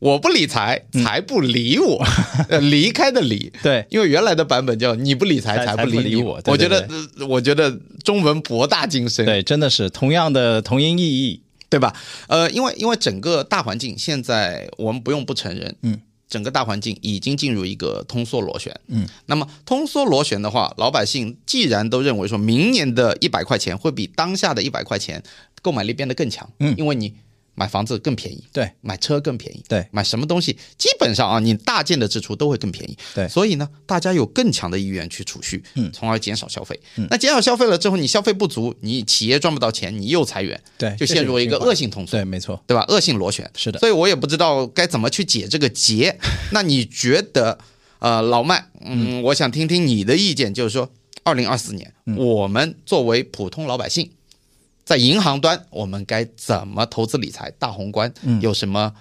Speaker 1: 我不理财，
Speaker 2: 嗯
Speaker 1: 财不理
Speaker 2: *laughs*
Speaker 1: 我，呃离开的离。
Speaker 2: 对
Speaker 1: 因为原来的版本叫“你不理财，
Speaker 2: 财
Speaker 1: 财不
Speaker 2: 财不
Speaker 1: 理
Speaker 2: 理
Speaker 1: 你
Speaker 2: 我对
Speaker 1: 我觉
Speaker 2: 对
Speaker 1: 得，呃我觉得中文博大精深，
Speaker 2: 对，真的是同样的同音异义，
Speaker 1: 对吧？呃，因为因为整个大环境现在我们不用不承认，嗯，整个大环境已经进入一个通缩螺旋，嗯，那么通缩螺旋的话，老百姓既然都认为说明年的一百块钱会比当下的一百块钱购买力变得更强，嗯，因为你买房子更便宜，
Speaker 2: 对，
Speaker 1: 买车更便宜，
Speaker 2: 对
Speaker 1: 买什么东西基本上啊，你大件的支出都会更便宜，
Speaker 2: 对
Speaker 1: 所以呢，大家有更强的意愿去储蓄，嗯，从而减少消费。那减少消费了之后，你消费不足，你企业赚不到钱，你又裁员，
Speaker 2: 对
Speaker 1: 就陷入了一个恶性通缩，
Speaker 2: 对，没错，
Speaker 1: 对吧？恶性螺旋
Speaker 2: 是的
Speaker 1: 所以我也不知道该怎么去解这个结。那你觉得？呃，老麦，嗯，我想听听你的意见，就是说，二零二四年、我们作为普通老百姓，在银行端我们该怎么投资理财？大宏观有什么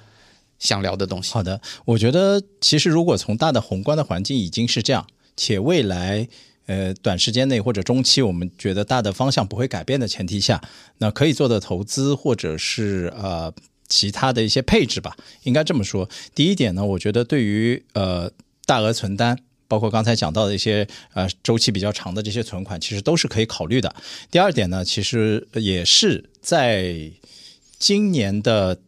Speaker 1: 想聊的东西？
Speaker 2: 好的，我觉得其实如果从大的宏观的环境已经是这样，且未来呃短时间内或者中期，我们觉得大的方向不会改变的前提下，那可以做的投资或者是呃其他的一些配置吧，应该这么说。第一点呢，我觉得对于呃大额存单。包括刚才讲到的一些呃周期比较长的这些存款，其实都是可以考虑的。第二点呢，其实也是在今年的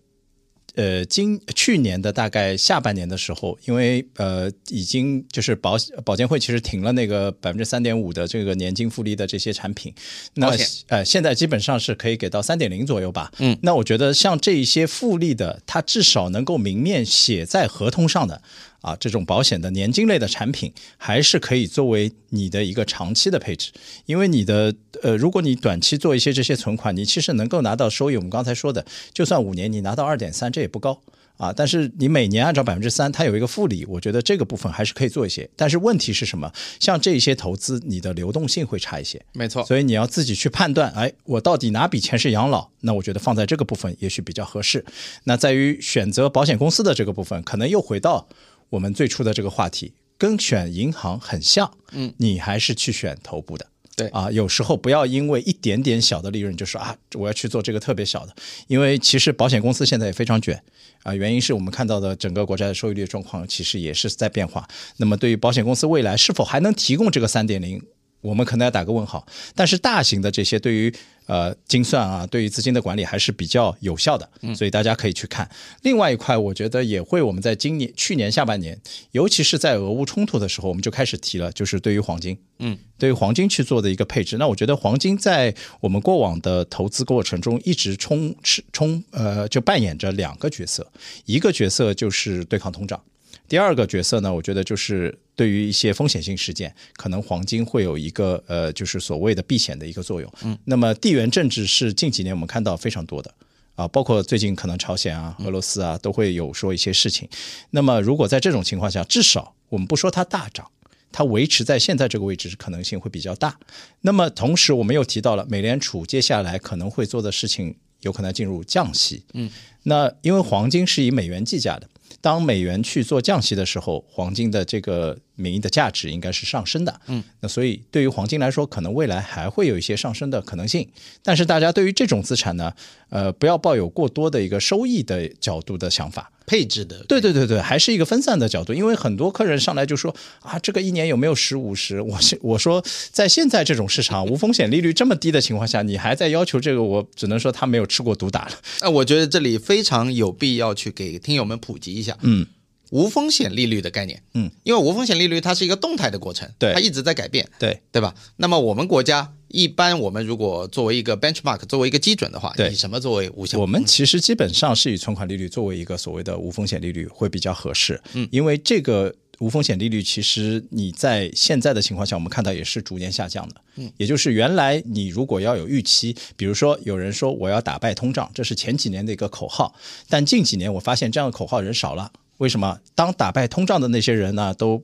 Speaker 2: 呃，今去年的大概下半年的时候，因为呃，已经就是保保监会其实停了那个百分之三点五的这个年金复利的这些产品，那
Speaker 1: 保险
Speaker 2: 呃现在基本上是可以给到三点零左右吧。嗯，那我觉得像这一些复利的，它至少能够明面写在合同上的啊，这种保险的年金类的产品，还是可以作为你的一个长期的配置，因为你的呃，如果你短期做一些这些存款，你其实能够拿到收益。我们刚才说的，就算五年你拿到二点三，这也不高。啊，但是你每年按照百分之三，它有一个复利，我觉得这个部分还是可以做一些。但是问题是什么？像这一些投资，你的流动性会差一些，
Speaker 1: 没错，
Speaker 2: 所以你要自己去判断，哎，我到底哪笔钱是养老？那我觉得放在这个部分也许比较合适。那在于选择保险公司的这个部分，可能又回到我们最初的这个话题，跟选银行很像，嗯，你还是去选头部的。
Speaker 1: 对
Speaker 2: 啊，有时候不要因为一点点小的利润就说啊，我要去做这个特别小的，因为其实保险公司现在也非常卷啊，原因是我们看到的整个国债的收益率状况其实也是在变化。那么对于保险公司未来是否还能提供这个三点零，我们可能要打个问号。但是大型的这些对于呃精算啊，对于资金的管理还是比较有效的，所以大家可以去看。另外一块，我觉得也会我们在今年、去年下半年，尤其是在俄乌冲突的时候，我们就开始提了，就是对于黄金，嗯，对于黄金去做的一个配置。那我觉得黄金在我们过往的投资过程中，一直充是充呃就扮演着两个角色，一个角色就是对抗通胀。第二个角色呢，我觉得就是对于一些风险性事件，可能黄金会有一个呃，就是所谓的避险的一个作用。嗯，那么地缘政治是近几年我们看到非常多的。啊，包括最近可能朝鲜啊、俄罗斯啊都会有说一些事情。那么如果在这种情况下，至少我们不说它大涨，它维持在现在这个位置是可能性会比较大。那么同时我们又提到了美联储接下来可能会做的事情，有可能进入降息。嗯，那因为黄金是以美元计价的，当美元去做降息的时候，黄金的这个名义的价值应该是上升的。嗯，那所以对于黄金来说，可能未来还会有一些上升的可能性。但是大家对于这种资产呢，呃，不要抱有过多的一个收益的角度的想法。
Speaker 1: 配置的，
Speaker 2: 对对对对，还是一个分散的角度，因为很多客人上来就说啊，这个一年有没有十五十？我是我说，在现在这种市场无风险利率这么低的情况下，你还在要求这个，我只能说他没有吃过毒打了。
Speaker 1: 哎，我觉得这里非常有必要去给听友们普及一下，嗯，无风险利率的概念，
Speaker 2: 嗯，
Speaker 1: 因为无风险利率它是一个动态的过程，
Speaker 2: 对
Speaker 1: 它一直在改变，
Speaker 2: 对，
Speaker 1: 对吧？那么我们国家一般我们如果作为一个 benchmark，作为一个基准的话，
Speaker 2: 对
Speaker 1: 以什么作为无效？
Speaker 2: 我们其实基本上是以存款利率作为一个所谓的无风险利率会比较合适，嗯，因为这个无风险利率其实你在现在的情况下，我们看到也是逐年下降的，嗯，也就是原来你如果要有预期，比如说有人说我要打败通胀，这是前几年的一个口号，但近几年我发现这样的口号人少了，为什么？当打败通胀的那些人呢，都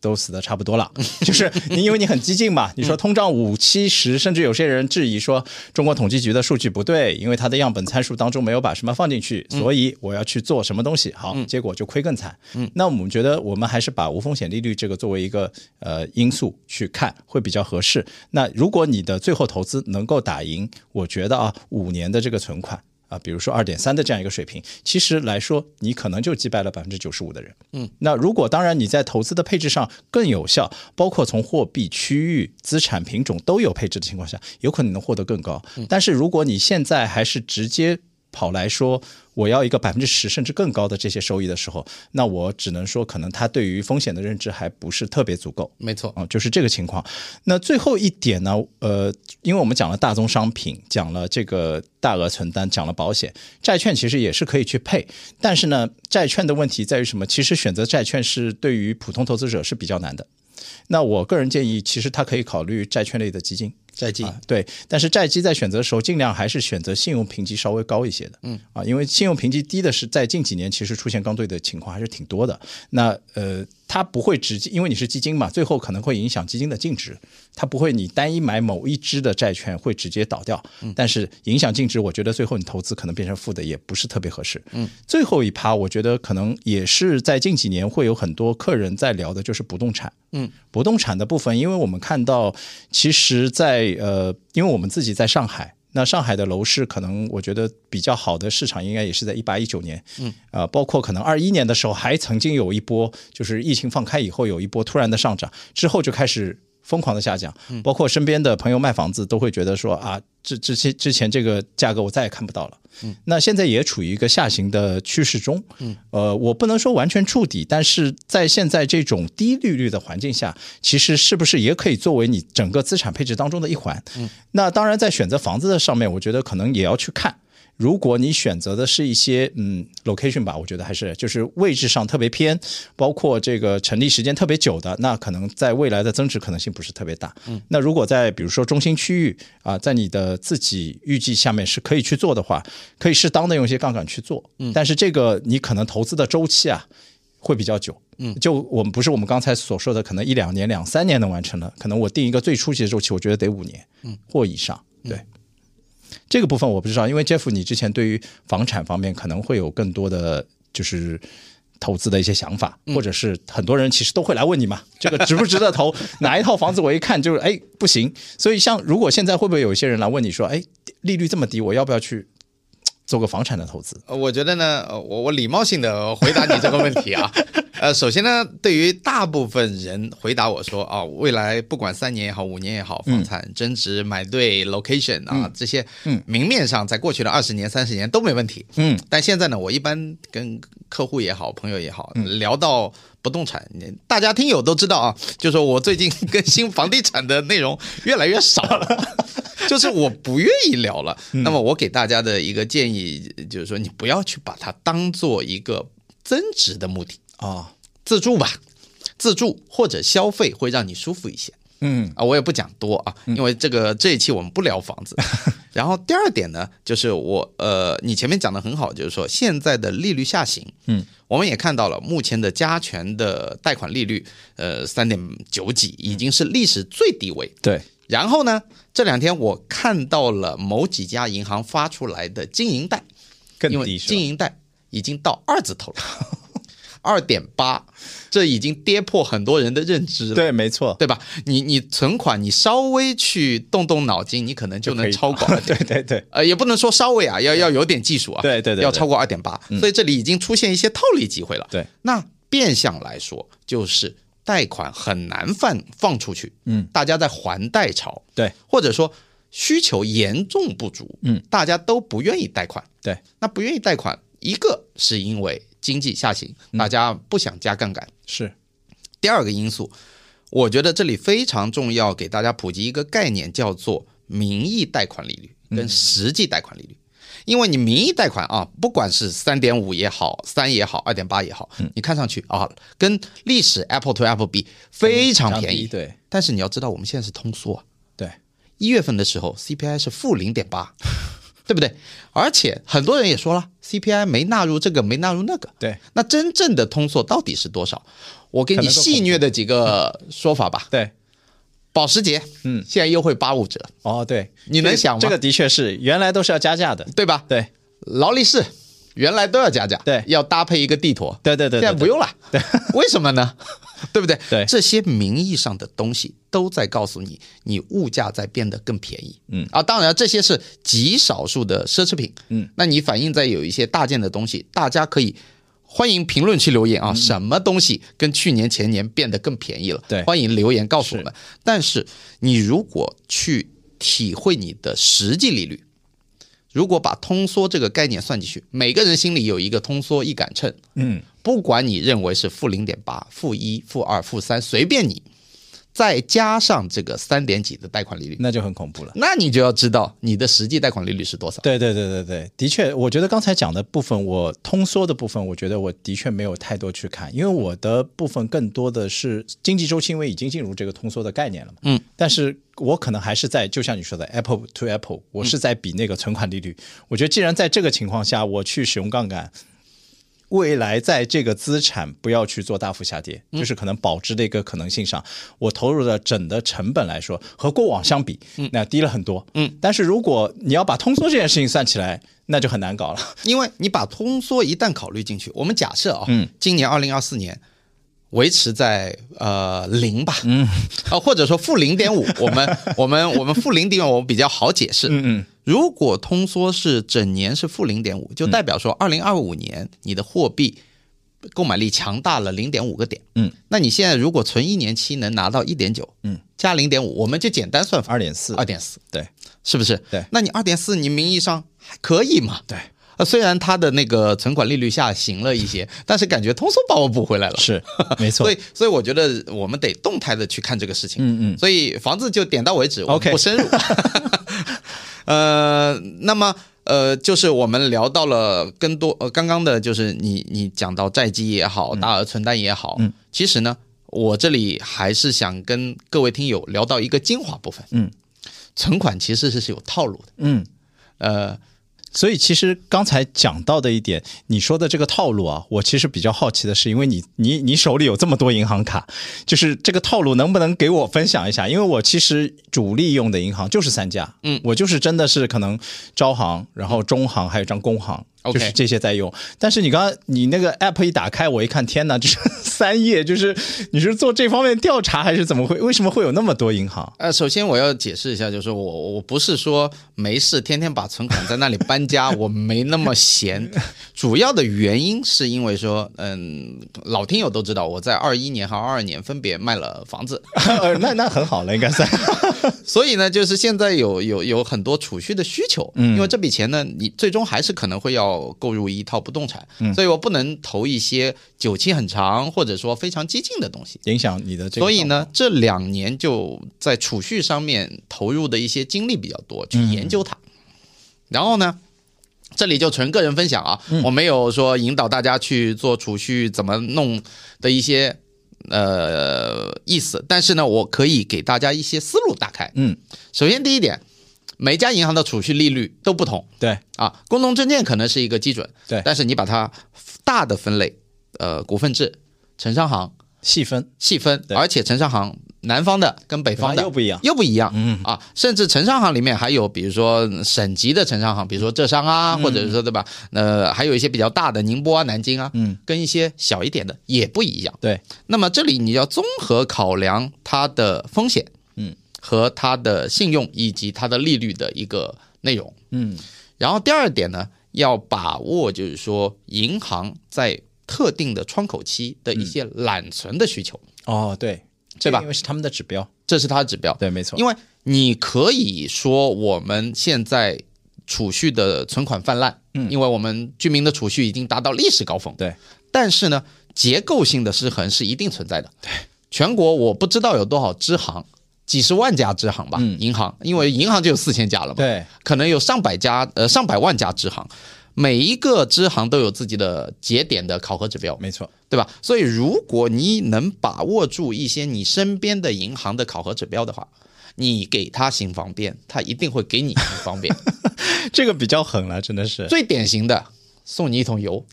Speaker 2: 都死的差不多了， *laughs* 就是你因为你很激进嘛，你说通胀五七十，甚至有些人质疑说中国统计局的数据不对，因为它的样本参数当中没有把什么放进去，所以我要去做什么东西，好，结果就亏更惨。那我们觉得我们还是把无风险利率这个作为一个呃因素去看会比较合适。那如果你的最后投资能够打赢，我觉得啊，五年的这个存款。啊，比如说二点三的这样一个水平，其实来说，你可能就击败了百分之九十五的人。嗯，那如果当然你在投资的配置上更有效，包括从货币、区域、资产品种都有配置的情况下，有可能能获得更高。但是如果你现在还是直接跑来说我要一个百分之十甚至更高的这些收益的时候，那我只能说可能他对于风险的认知还不是特别足够。
Speaker 1: 没错，
Speaker 2: 啊、就是这个情况。那最后一点呢，呃，因为我们讲了大宗商品，讲了这个大额存单，讲了保险，债券其实也是可以去配，但是呢，债券的问题在于什么？其实选择债券是对于普通投资者是比较难的。那我个人建议，其实他可以考虑债券类的基金。
Speaker 1: 债基
Speaker 2: 啊，对，但是债基在选择的时候，尽量还是选择信用评级稍微高一些的，嗯啊，因为信用评级低的是在近几年其实出现刚兑的情况还是挺多的。那呃，它不会直接，因为你是基金嘛，最后可能会影响基金的净值，它不会你单一买某一只的债券会直接倒掉，但是影响净值，我觉得最后你投资可能变成负的也不是特别合适。嗯，最后一趴，我觉得可能也是在近几年会有很多客人在聊的，就是不动产。嗯，不动产的部分，因为我们看到，其实在，呃，因为我们自己在上海。那上海的楼市可能，我觉得比较好的市场应该也是在一八一九年，嗯，啊，包括可能二一年的时候还曾经有一波，就是疫情放开以后有一波突然的上涨，之后就开始疯狂的下降，包括身边的朋友卖房子都会觉得说啊，之之前之前这个价格我再也看不到了，嗯，那现在也处于一个下行的趋势中，嗯，呃，我不能说完全触底，但是在现在这种低利率的环境下，其实是不是也可以作为你整个资产配置当中的一环？嗯，那当然在选择房子的上面，我觉得可能也要去看。如果你选择的是一些嗯 location 吧，我觉得还是就是位置上特别偏，包括这个成立时间特别久的，那可能在未来的增值可能性不是特别大。嗯，那如果在比如说中心区域啊、在你的自己预计下面是可以去做的话，可以适当的用一些杠杆去做。嗯，但是这个你可能投资的周期啊。会比较久，嗯，就我们不是我们刚才所说的，可能一两年、两三年能完成了，可能我定一个最初级的周期，我觉得得五年，嗯，或以上，对，这个部分我不知道，因为 Jeff，你之前对于房产方面可能会有更多的就是投资的一些想法，
Speaker 1: 嗯
Speaker 2: 或者是很多人其实都会来问你嘛，这个值不值得投？哪一套房子我一看就是哎不行，所以像如果现在会不会有一些人来问你说，哎，利率这么低，我要不要去做个房产的投资？
Speaker 1: 呃我觉得呢，呃我我礼貌性的回答你这个问题啊。 *laughs* 呃，首先呢，对于大部分人回答我说啊，未来不管三年也好，五年也好，房产增值、买对 location 啊、这些，明面上在过去的二十年、三十年都没问题。
Speaker 2: 嗯，
Speaker 1: 但现在呢，我一般跟客户也好，朋友也好，聊到不动产，大家听友都知道啊，就说我最近 *laughs* 更新房地产的内容越来越少了， *laughs* 就是我不愿意聊了。那么我给大家的一个建议就是说，你不要去把它当做一个增值的目的，
Speaker 2: 啊、
Speaker 1: 自住吧，自住或者消费会让你舒服一些。
Speaker 2: 嗯
Speaker 1: 啊，我也不讲多啊，因为这个这一期我们不聊房子。然后第二点呢，就是我呃，你前面讲的很好，就是说现在的利率下行，
Speaker 2: 嗯，
Speaker 1: 我们也看到了目前的加权的贷款利率，呃，三点九几已经是历史最低位。
Speaker 2: 对，
Speaker 1: 然后呢，这两天我看到了某几家银行发出来的经营贷，
Speaker 2: 更
Speaker 1: 因
Speaker 2: 低
Speaker 1: 为
Speaker 2: 是吧
Speaker 1: 经营贷已经到二字头了， *laughs* 二点八，这已经跌破很多人的认知了。
Speaker 2: 对，没错，
Speaker 1: 对吧？你你存款，你稍微去动动脑筋，你可能就
Speaker 2: 可
Speaker 1: 能
Speaker 2: 以
Speaker 1: 超过2.8。
Speaker 2: 对对对，
Speaker 1: *laughs* 呃，也不能说稍微啊，要要有点技术啊，
Speaker 2: 对对对对嗯
Speaker 1: 要超过二点八，所以这里已经出现一些套利机会了。
Speaker 2: 对，
Speaker 1: 那变相来说，就是贷款很难放放出去，
Speaker 2: 嗯，
Speaker 1: 大家在还贷潮，
Speaker 2: 对，
Speaker 1: 或者说需求严重不足，
Speaker 2: 嗯，
Speaker 1: 大家都不愿意贷款，
Speaker 2: 对，
Speaker 1: 那不愿意贷款，一个是因为经济下行，
Speaker 2: 嗯
Speaker 1: 大家不想加杠杆，
Speaker 2: 是，
Speaker 1: 第二个因素，我觉得这里非常重要，给大家普及一个概念，叫做名义贷款利率
Speaker 2: 嗯
Speaker 1: 跟实际贷款利率。因为你名义贷款啊，不管是三点五也好，三也好，二点八也好，
Speaker 2: 嗯
Speaker 1: 你看上去啊，跟历史 Apple to Apple 比非常便宜。
Speaker 2: 对
Speaker 1: 但是你要知道，我们现在是通缩啊，
Speaker 2: 对，
Speaker 1: 一月份的时候 CPI 是负零点八，对不对？而且很多人也说了，CPI 没纳入这个，没纳入那个。
Speaker 2: 对，
Speaker 1: 那真正的通缩到底是多少？我给
Speaker 2: 可
Speaker 1: 你
Speaker 2: 能更
Speaker 1: 戏谑的几个说法吧。
Speaker 2: 对，
Speaker 1: 保时捷，嗯，现在优惠八五折，
Speaker 2: 哦，对，
Speaker 1: 你能想吗
Speaker 2: 这个的确是，原来都是要加价的，
Speaker 1: 对吧？
Speaker 2: 对，
Speaker 1: 劳力士原来都要加价，
Speaker 2: 对
Speaker 1: 要搭配一个地坨，
Speaker 2: 对对对对
Speaker 1: 现在不用了，对，为什么
Speaker 2: *laughs*
Speaker 1: 呢？对不对？
Speaker 2: 对
Speaker 1: 这些名义上的东西都在告诉你，你物价在变得更便宜，嗯啊，当然这些是极少数的奢侈品，嗯，那你反映在有一些大件的东西，大家可以。欢迎评论区留言啊，
Speaker 2: 嗯
Speaker 1: 什么东西跟去年前年变得更便宜了？
Speaker 2: 对
Speaker 1: 欢迎留言告诉我们。但是你如果去体会你的实际利率，如果把通缩这个概念算进去，每个人心里有一个通缩易感秤，
Speaker 2: 嗯，
Speaker 1: 不管你认为是负零点八、负一、负二、负三，随便你，再加上这个三点几的贷款利率，
Speaker 2: 那就很恐怖了。
Speaker 1: 那你就要知道你的实际贷款利率是多少。
Speaker 2: 对对对对对，的确，我觉得刚才讲的部分，我通缩的部分，我觉得我的确没有太多去看，因为我的部分更多的是经济周期，因为已经进入这个通缩的概念了嘛。
Speaker 1: 嗯，
Speaker 2: 但是我可能还是在，就像你说的，Apple to Apple，我是在比那个存款利率。我觉得既然在这个情况下，我去使用杠杆。未来在这个资产不要去做大幅下跌，就是可能保值的一个可能性上，我投入的整的成本来说，和过往相比，那低了很多。
Speaker 1: 嗯，
Speaker 2: 但是如果你要把通缩这件事情算起来，那就很难搞了。
Speaker 1: 因为你把通缩一旦考虑进去，我们假设啊，
Speaker 2: 嗯
Speaker 1: 今年二零二四年维持在呃零吧，嗯，啊或者说负零点五， *laughs* 我们我们我们负零点五比较好解释，
Speaker 2: 嗯嗯，
Speaker 1: 如果通缩是整年是负零点五，就代表说二零二五年你的货币购买力强大了零点五个点。
Speaker 2: 嗯，
Speaker 1: 那你现在如果存一年期能拿到一点九，
Speaker 2: 嗯，
Speaker 1: 加零点五，我们就简单算法
Speaker 2: 二点四，
Speaker 1: 二点四，
Speaker 2: 对
Speaker 1: 是不是？
Speaker 2: 对
Speaker 1: 那你二点四，你名义上还可以嘛？
Speaker 2: 对，
Speaker 1: 呃，虽然它的那个存款利率下行了一些，但是感觉通缩把我补回来了。
Speaker 2: 是没错 *laughs*
Speaker 1: 所。以，所以我觉得我们得动态的去看这个事情。
Speaker 2: 嗯嗯
Speaker 1: 所以房子就点到为止我们
Speaker 2: OK
Speaker 1: 不深
Speaker 2: *laughs*
Speaker 1: 入。呃，那么呃，就是我们聊到了更多呃，刚刚的就是你你讲到债基也好，大额存单也好，
Speaker 2: 嗯
Speaker 1: 其实呢，我这里还是想跟各位听友聊到一个精华部分，
Speaker 2: 嗯，
Speaker 1: 存款其实是是有套路的，
Speaker 2: 嗯，
Speaker 1: 呃，
Speaker 2: 所以其实刚才讲到的一点，你说的这个套路啊，我其实比较好奇的是，因为你你你手里有这么多银行卡，就是这个套路能不能给我分享一下？因为我其实主力用的银行就是三家，
Speaker 1: 嗯
Speaker 2: 我就是真的是可能招行，然后中行还有一张工行。
Speaker 1: OK
Speaker 2: 就是这些在用，但是你刚刚你那个 app 一打开，我一看，天哪， *laughs* 就是三页，就是你是做这方面调查还是怎么会？为什么会有那么多银行？ *laughs*
Speaker 1: 呃，首先我要解释一下，就是我我不是说没事天天把存款在那里搬家，我没那么闲。主要的原因是因为说，嗯，老听友都知道，我在二一年和二二年分别卖了房子，
Speaker 2: 呃那那很好了，应该算。
Speaker 1: 所以呢，就是现在有有有很多储蓄的需求，因为这笔钱呢，你最终还是可能会要购入一套不动产，所以我不能投一些久期很长或者说非常激进的东西。
Speaker 2: 影响你的这个。
Speaker 1: 所以，呢，这两年就在储蓄上面投入的一些精力比较多，
Speaker 2: 嗯
Speaker 1: 去研究它。然后呢，这里就纯个人分享啊，
Speaker 2: 嗯
Speaker 1: 我没有说引导大家去做储蓄怎么弄的一些呃意思，但是呢，我可以给大家一些思路打开。
Speaker 2: 嗯，
Speaker 1: 首先第一点，每家银行的储蓄利率都不同
Speaker 2: 对，
Speaker 1: 啊，工农证券可能是一个基准，
Speaker 2: 对
Speaker 1: 但是你把它大的分类，呃，股份制、城商行。
Speaker 2: 细分
Speaker 1: 细分，
Speaker 2: 对
Speaker 1: 而且城商行南方的跟北方
Speaker 2: 又
Speaker 1: 的
Speaker 2: 不一样。
Speaker 1: 又不一样，
Speaker 2: 嗯
Speaker 1: 啊，甚至城商行里面还有，比如说省级的城商行，比如说浙商
Speaker 2: 嗯
Speaker 1: 啊，或者是说对吧？呃，还有一些比较大的宁波啊、南京啊，
Speaker 2: 嗯，
Speaker 1: 跟一些小一点的也不一样。
Speaker 2: 对，
Speaker 1: 那么这里你要综合考量它的风险，
Speaker 2: 嗯，
Speaker 1: 和它的信用以及它的利率的一个内容。
Speaker 2: 嗯
Speaker 1: 然后第二点呢，要把握就是说银行在特定的窗口期的一
Speaker 2: 嗯
Speaker 1: 些揽存的需求。
Speaker 2: 哦，对，
Speaker 1: 对吧
Speaker 2: 因为是他们的指标，
Speaker 1: 这是它的指标。
Speaker 2: 对，没错，
Speaker 1: 因为你可以说我们现在储蓄的存款泛滥，
Speaker 2: 嗯
Speaker 1: 因为我们居民的储蓄已经达到历史高峰，
Speaker 2: 对。
Speaker 1: 但是呢，结构性的失衡是一定存在的。对，全国我不知道有多少支行，几十万家支行吧，
Speaker 2: 嗯
Speaker 1: 银行，因为银行就有四千家了嘛，
Speaker 2: 对，
Speaker 1: 可能有上百家，呃，上百万家支行。每一个支行都有自己的节点的考核指标，
Speaker 2: 没错，
Speaker 1: 对吧？所以如果你能把握住一些你身边的银行的考核指标的话，你给他行方便，他一定会给你行方便。
Speaker 2: 这个比较狠了，真的是。 *laughs*
Speaker 1: 最典型的，送你一桶油，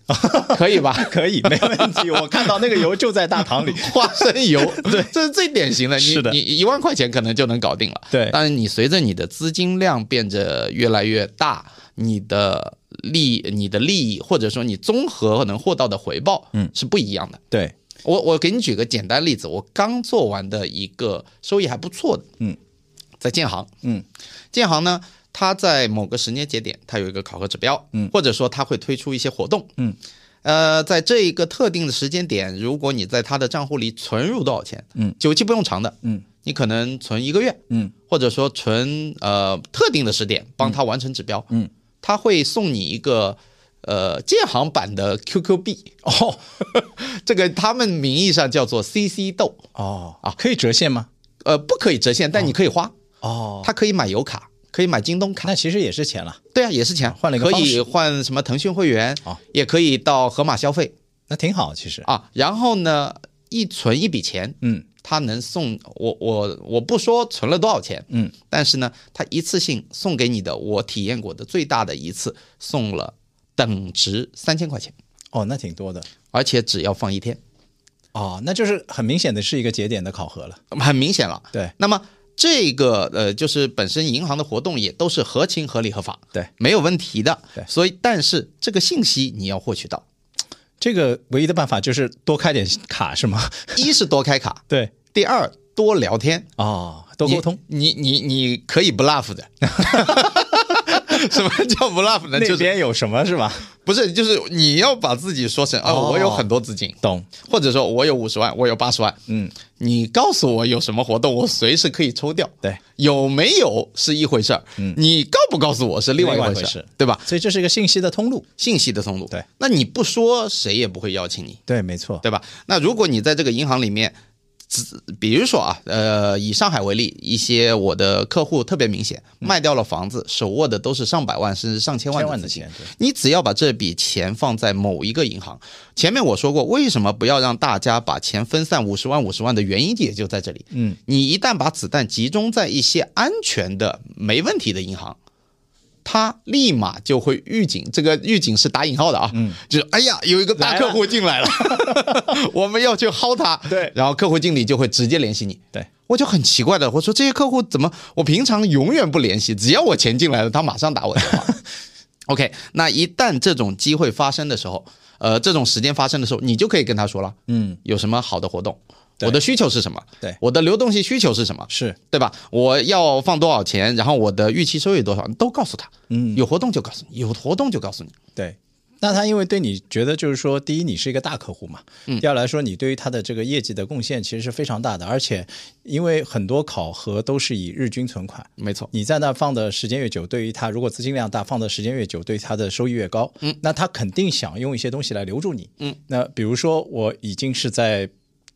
Speaker 1: 可以吧？
Speaker 2: 可以，没问题。我看到那个油就在大堂里。
Speaker 1: 花生油， *laughs* 对，这是最典型的。你
Speaker 2: 是的
Speaker 1: 你一万块钱可能就能搞定了。
Speaker 2: *laughs* 对
Speaker 1: 但是你随着你的资金量变得越来越大，你的利、你的利益，或者说你综合能获到的回报，嗯，是不一样的。
Speaker 2: 对，
Speaker 1: 我我给你举个简单例子，我刚做完的一个收益还不错的，
Speaker 2: 嗯，
Speaker 1: 在建行，
Speaker 2: 嗯，
Speaker 1: 建行呢，它在某个时间节点，它有一个考核指标，
Speaker 2: 嗯，
Speaker 1: 或者说它会推出一些活动，
Speaker 2: 嗯，
Speaker 1: 呃，在这一个特定的时间点，如果你在它的账户里存入多少钱，
Speaker 2: 嗯，
Speaker 1: 久期不用长的，
Speaker 2: 嗯，
Speaker 1: 你可能存一个月，
Speaker 2: 嗯，
Speaker 1: 或者说存呃特定的时点帮它完成指标，
Speaker 2: 嗯，
Speaker 1: 它会送你一个。呃，建行版的 QQ 币哦，这个他们名义上叫做 CC 豆，
Speaker 2: 哦啊，可以折现吗？
Speaker 1: 呃，不可以折现，但你可以花，
Speaker 2: 哦，
Speaker 1: 它可以买油卡，可以买京东卡，
Speaker 2: 那其实也是钱了，
Speaker 1: 对啊，也是钱，
Speaker 2: 换了一个
Speaker 1: 可
Speaker 2: 方
Speaker 1: 以
Speaker 2: 式
Speaker 1: 换什么腾讯会员
Speaker 2: 哦，
Speaker 1: 也可以到盒马消费
Speaker 2: 那挺好，其实，
Speaker 1: 啊。然后呢，一存一笔钱，
Speaker 2: 嗯，
Speaker 1: 它能送我我我不说存了多少钱，
Speaker 2: 嗯，
Speaker 1: 但是呢，它一次性送给你的，我体验过的最大的一次送了等值三千块钱，
Speaker 2: 哦，那挺多的，
Speaker 1: 而且只要放一天，
Speaker 2: 哦，那就是很明显的是一个节点的考核了，
Speaker 1: 很明显了。
Speaker 2: 对，
Speaker 1: 那么这个呃，就是本身银行的活动也都是合情合理合法，
Speaker 2: 对，
Speaker 1: 没有问题的。
Speaker 2: 对
Speaker 1: 所以但是这个信息你要获取
Speaker 2: *laughs*
Speaker 1: 到，
Speaker 2: 这个唯一的办法就是多开点卡是吗？ *laughs*
Speaker 1: 一是多开卡，
Speaker 2: 对，
Speaker 1: 第二多聊天，
Speaker 2: 哦，多沟通，
Speaker 1: 你你你你可以不 laugh
Speaker 2: *laughs*
Speaker 1: 的。什么叫不 laugh 呢？就
Speaker 2: 那
Speaker 1: 是
Speaker 2: 边有什么是吧？
Speaker 1: 不是就是你要把自己说成啊、
Speaker 2: 哦
Speaker 1: 我有很多资金，
Speaker 2: 懂，
Speaker 1: 或者说我有五十万，我有八十万，
Speaker 2: 嗯，
Speaker 1: 你告诉我有什么活动，我随时可以抽掉。
Speaker 2: 对，嗯
Speaker 1: 有没有是一回事儿，你告不告诉我是另外一
Speaker 2: 另外一
Speaker 1: 事，
Speaker 2: 回
Speaker 1: 儿
Speaker 2: 事，
Speaker 1: 对吧？
Speaker 2: 所以这是一个信息的通路，
Speaker 1: 信息的通路，
Speaker 2: 对，
Speaker 1: 那你不说，谁也不会邀请你，
Speaker 2: 对，没错，
Speaker 1: 对吧？那如果你在这个银行里面，只比如说啊，呃，以上海为例，一些我的客户特别明显，卖掉了房子，手握的都是上百万甚至上千万
Speaker 2: 嗯千万的
Speaker 1: 资金
Speaker 2: 钱对
Speaker 1: 你只要把这笔钱放在某一个银行，前面我说过，为什么不要让大家把钱分散五十万五十万的原因也就在这里。
Speaker 2: 嗯，
Speaker 1: 你一旦把子弹集中在一些安全的、没问题的银行。它立马就会预警，这个预警是打引号的啊，嗯，就是哎呀，有一个大
Speaker 2: 来了
Speaker 1: 客户进来了， *laughs* 我们要去薅他，
Speaker 2: 对
Speaker 1: 然后客户经理就会直接联系你，
Speaker 2: 对，
Speaker 1: 我就很奇怪的，我说这些客户怎么我平常永远不联系，只要我钱进来了，他马上打我电
Speaker 2: *laughs*
Speaker 1: 话。OK，那一旦这种机会发生的时候，呃，这种时间发生的时候，你就可以跟他说了，
Speaker 2: 嗯，
Speaker 1: 有什么好的活动，
Speaker 2: 对
Speaker 1: 我的需求是什么，
Speaker 2: 对
Speaker 1: 我的流动性需求是什么，
Speaker 2: *laughs* 是，
Speaker 1: 对吧？我要放多少钱，然后我的预期收益多少，都告诉他，
Speaker 2: 嗯，
Speaker 1: 有活动就告诉你，有活动就告诉你，
Speaker 2: 对。那他因为对你觉得就是说，第一你是一个大客户嘛，
Speaker 1: 嗯
Speaker 2: 第二来说你对于他的这个业绩的贡献其实是非常大的，而且因为很多考核都是以日均存款，
Speaker 1: 没错，
Speaker 2: 你在那放的时间越久，对于他如果资金量大，放的时间越久，对于他的收益越高。嗯，那他肯定想用一些东西来留住你。
Speaker 1: 嗯，
Speaker 2: 那比如说我已经是在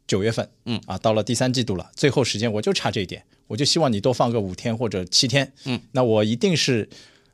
Speaker 2: 九月份，
Speaker 1: 嗯
Speaker 2: 啊，到了第三季度了，最后时间我就差这一点，我就希望你多放个五天或者七天。
Speaker 1: 嗯，
Speaker 2: 那我一定是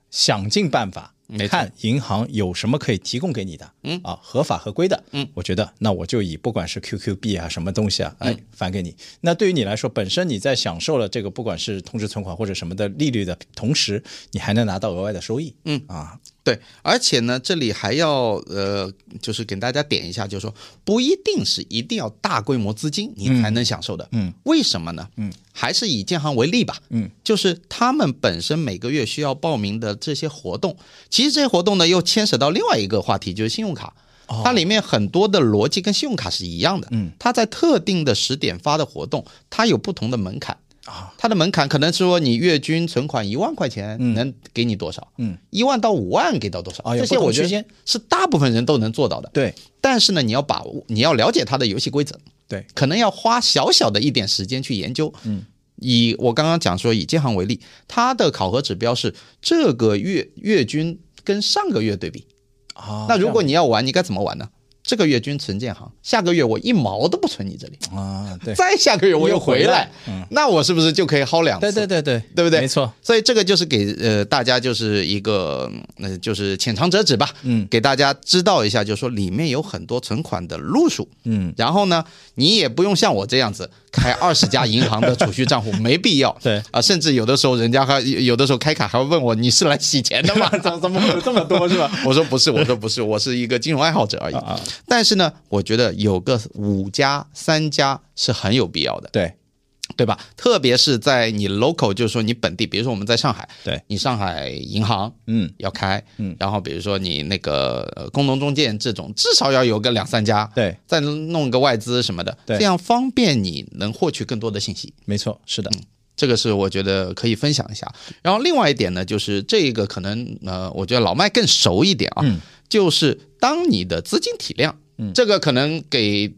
Speaker 2: 想尽办法
Speaker 1: 没错。
Speaker 2: 看银行有什么可以提供给你的，嗯啊，合法合规的，
Speaker 1: 嗯，
Speaker 2: 我觉得那我就以不管是 QQ 币啊什么东西啊，
Speaker 1: 嗯
Speaker 2: 哎，返给你。那对于你来说，本身你在享受了这个不管是通知存款或者什么的利率的同时，你还能拿到额外的收益，嗯啊，
Speaker 1: 对，而且呢，这里还要呃，就是给大家点一下，就是说不一定是一定要大规模资金你才能享受的，
Speaker 2: 嗯，
Speaker 1: 为什么呢？嗯，还是以建行为例吧，
Speaker 2: 嗯，
Speaker 1: 就是他们本身每个月需要报名的这些活动，其实这些活动呢又牵扯到另外一个话题，就是信用卡。它里面很多的逻辑跟信用卡是一样的，
Speaker 2: 哦嗯，
Speaker 1: 它在特定的时点发的活动，它有不同的门槛
Speaker 2: 啊，
Speaker 1: 它的门槛可能是说你月均存款一万块钱能给你多少，
Speaker 2: 嗯，
Speaker 1: 一万到五万给到多少，
Speaker 2: 啊有
Speaker 1: 这些
Speaker 2: 不同
Speaker 1: 我觉
Speaker 2: 区
Speaker 1: 得
Speaker 2: 间
Speaker 1: 是大部分人都能做到的。
Speaker 2: 对
Speaker 1: 但是呢，你要把握，你要了解它的游戏规则，
Speaker 2: 对，
Speaker 1: 可能要花小小的一点时间去研究。
Speaker 2: 嗯，
Speaker 1: 以我刚刚讲说以建行为例，它的考核指标是这个月月均跟上个月对比。
Speaker 2: 啊
Speaker 1: 那如果你要玩，你该怎么玩呢？这个月均存建行，下个月我一毛都不存你这里，
Speaker 2: 这样啊，对
Speaker 1: 再下个月我又回
Speaker 2: 又回
Speaker 1: 来
Speaker 2: 来，嗯
Speaker 1: 那我是不是就可以薅两次？
Speaker 2: 对对对对，
Speaker 1: 对不对
Speaker 2: 没错，
Speaker 1: 所以这个就是给呃大家就是一个嗯呃就是浅尝辄止吧，
Speaker 2: 嗯，
Speaker 1: 给大家知道一下，就是说里面有很多存款的路数，
Speaker 2: 嗯，
Speaker 1: 然后呢，你也不用像我这样子开二十家银行的储蓄账
Speaker 2: *laughs*
Speaker 1: 户，没必要，
Speaker 2: 对
Speaker 1: *laughs* 啊、甚至有的时候人家还有的时候开卡还会问我你是来洗钱的吗？ *laughs*
Speaker 2: 怎怎么会有这么多是吧？
Speaker 1: 我说不是，我说不是，我是一个金融爱好者而已。
Speaker 2: *laughs* 啊啊
Speaker 1: 但是呢，我觉得有个五家、三家是很有必要的。
Speaker 2: 对
Speaker 1: 对吧？特别是在你 local，就是说你本地，比如说我们在上海，
Speaker 2: 对，
Speaker 1: 你上海银行
Speaker 2: 嗯
Speaker 1: 要开，
Speaker 2: 嗯，
Speaker 1: 然后比如说你那个呃工农中建这种，至少要有个两三家，
Speaker 2: 对，
Speaker 1: 再弄个外资什么的，
Speaker 2: 对
Speaker 1: 这样方便你能获取更多的信息。
Speaker 2: 没错，是的，
Speaker 1: 这个是我觉得可以分享一下。然后另外一点呢，就是这个可能呃，我觉得老麦更熟一点啊，
Speaker 2: 嗯
Speaker 1: 就是当你的资金体量，嗯，这个可能给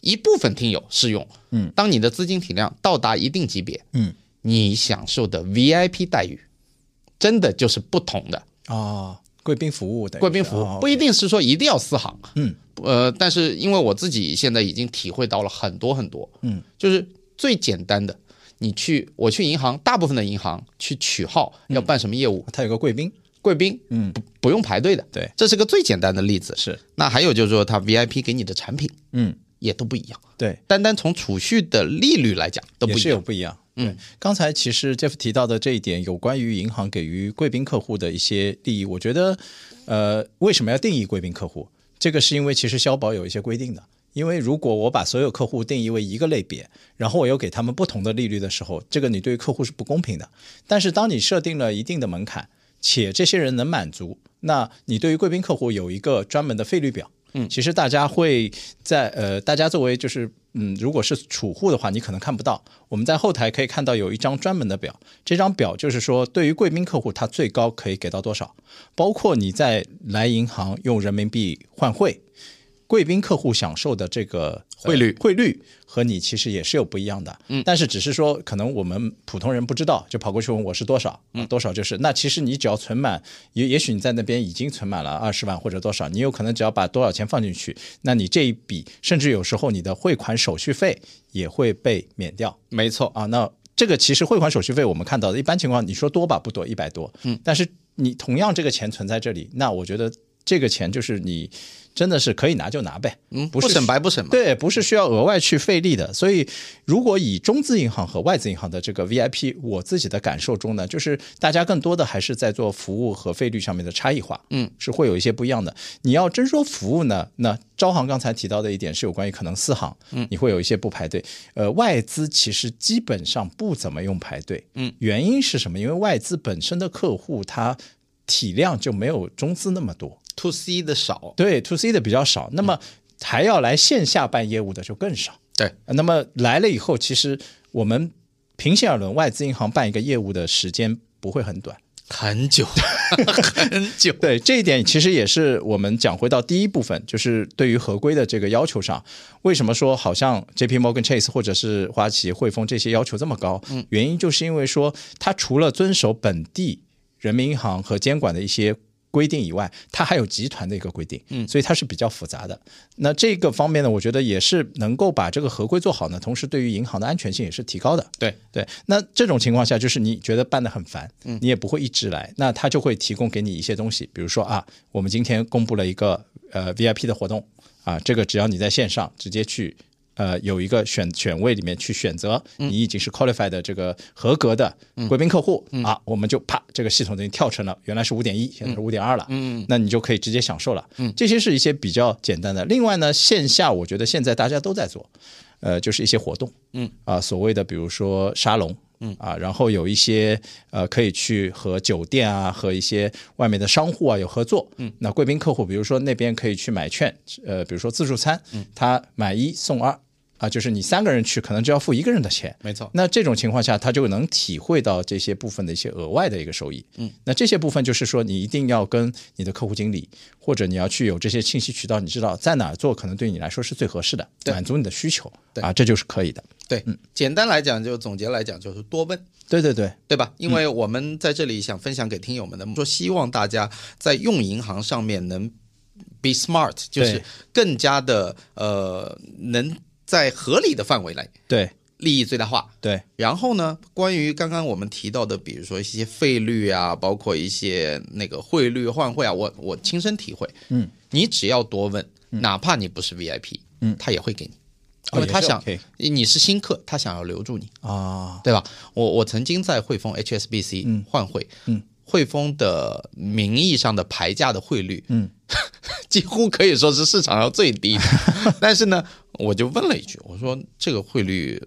Speaker 1: 一部分听友适用，
Speaker 2: 嗯，
Speaker 1: 当你的资金体量到达一定级别，
Speaker 2: 嗯，
Speaker 1: 你享受的 VIP 待遇。真的就是不同的
Speaker 2: 啊，贵宾服务的
Speaker 1: 嗯贵宾服
Speaker 2: 啊
Speaker 1: 务，不一定是说一定要私行，
Speaker 2: 哦嗯，
Speaker 1: 呃，但是因为我自己现在已经体会到了很多很多，
Speaker 2: 嗯，
Speaker 1: 就是最简单的，你去我去银行，大部分的银行去取号要办什么业务，
Speaker 2: 它有个贵宾，
Speaker 1: 贵宾
Speaker 2: 嗯，
Speaker 1: 不不用排队的，
Speaker 2: 对，
Speaker 1: 这是个最简单的例子。
Speaker 2: 是，
Speaker 1: 那还有就是说，它 VIP 给你的产品
Speaker 2: 嗯，
Speaker 1: 也都不一样，
Speaker 2: 对，
Speaker 1: 单单从储蓄的利率来讲都
Speaker 2: 也
Speaker 1: 不一
Speaker 2: 是
Speaker 1: 样。
Speaker 2: 有不一样。嗯，刚才其实 Jeff 提到的这一点，有关于银行给予贵宾客户的一些利益，我觉得，呃，为什么要定义贵宾客户？这个是因为其实消保有一些规定的。因为如果我把所有客户定义为一个类别，然后我又给他们不同的利率的时候，这个你对于客户是不公平的。但是当你设定了一定的门槛，且这些人能满足，那你对于贵宾客户有一个专门的费率表。嗯，其实大家会在呃，大家作为就是嗯，如果是储户的话，你可能看不到。我们在后台可以看到有一张专门的表，这张表就是说对于贵宾客户，他最高可以给到多少，包括你在来银行用人民币换汇，贵宾客户享受的这个呃
Speaker 1: 汇率
Speaker 2: 汇率和你其实也是有不一样的，嗯，但是只是说可能我们普通人不知道，就跑过去问我是多少，
Speaker 1: 嗯
Speaker 2: 啊多少就是，那其实你只要存满，也也许你在那边已经存满了二十万或者多少，你有可能只要把多少钱放进去，那你这一笔甚至有时候你的汇款手续费也会被免掉，
Speaker 1: 没错，
Speaker 2: 啊，那这个其实汇款手续费我们看到的，一般情况你说多吧不多，一百多，嗯，但是你同样这个钱存在这里，那我觉得这个钱就是你真的是可以拿就拿呗，
Speaker 1: 嗯，
Speaker 2: 不
Speaker 1: 不
Speaker 2: 是
Speaker 1: 省白不省嘛。
Speaker 2: 对，不是需要额外去费力的。所以，如果以中资银行和外资银行的这个 VIP，我自己的感受中呢，就是大家更多的还是在做服务和费率上面的差异化，嗯，是会有一些不一样的。你要真说服务呢，那招行刚才提到的一点是有关于可能四行，嗯，你会有一些不排队。呃，外资其实基本上不怎么用排队，嗯，原因是什么？因为外资本身的客户他体量就没有中资那么多，
Speaker 1: to C 的少，嗯
Speaker 2: 对 to C 的比较少，那么还要来线下办业务的就更少。
Speaker 1: 对，
Speaker 2: 那么来了以后，其实我们平心而论，外资银行办一个业务的时间不会很短。
Speaker 1: 很久 *laughs* 很久。
Speaker 2: 对这一点，其实也是我们讲回到第一部分，就是对于合规的这个要求上，为什么说好像 J P Morgan Chase 或者是花旗、汇丰这些要求这么高？嗯，原因就是因为说它除了遵守本地人民银行和监管的一些。规定以外，它还有集团的一个规定，嗯，所以它是比较复杂的。那这个方面呢，我觉得也是能够把这个合规做好呢，同时对于银行的安全性也是提高的。
Speaker 1: 对，
Speaker 2: 对，那这种情况下，就是你觉得办得很烦，你也不会一直来，那他就会提供给你一些东西，比如说啊，我们今天公布了一个呃 VIP 的活动啊，这个只要你在线上直接去。呃，有一个选选位里面去选择你已经是 qualified 的这个合格的贵宾客户、啊，我们就啪这个系统等于跳成了原来是五点一，现在是五点二了，嗯，那你就可以直接享受了，嗯，这些是一些比较简单的。另外呢，线下我觉得现在大家都在做，呃，就是一些活动，嗯啊、所谓的比如说沙龙，嗯啊，然后有一些呃可以去和酒店啊和一些外面的商户啊有合作，嗯，那贵宾客户，比如说那边可以去买券，呃，比如说自助餐，嗯，他买一送二。啊，就是你三个人去，可能只要付一个人的钱，
Speaker 1: 没错
Speaker 2: 那这种情况下，他就能体会到这些部分的一些额外的一个收益。嗯，那这些部分就是说，你一定要跟你的客户经理，或者你要去有这些信息渠道，你知道在哪儿做，可能对你来说是最合适的，满足你的需求啊，这就是可以的。
Speaker 1: 对，简单来讲，就总结来讲，就是多问。
Speaker 2: 对对对，
Speaker 1: 对吧？因为我们在这里想分享给听友们的，说希望大家在用银行上面能 be smart，就是更加的呃，能在合理的范围内
Speaker 2: 对
Speaker 1: 利益最大化。
Speaker 2: 对
Speaker 1: 然后呢，关于刚刚我们提到的，比如说一些费率啊，包括一些那个汇率换汇啊，我我亲身体会，
Speaker 2: 嗯，
Speaker 1: 你只要多问，哪怕你不是 VIP，嗯，他也会给你，因为他想、
Speaker 2: 哦也是 OK
Speaker 1: 你是新客，他想要留住你。
Speaker 2: 啊，
Speaker 1: 对吧？我我曾经在汇丰 HSBC 换汇，
Speaker 2: 嗯
Speaker 1: 汇丰的名义上的牌价的汇率，
Speaker 2: 嗯，
Speaker 1: *laughs* 几乎可以说是市场上最低的。
Speaker 2: *laughs*
Speaker 1: 但是呢，我就问了一句，我说这个汇率，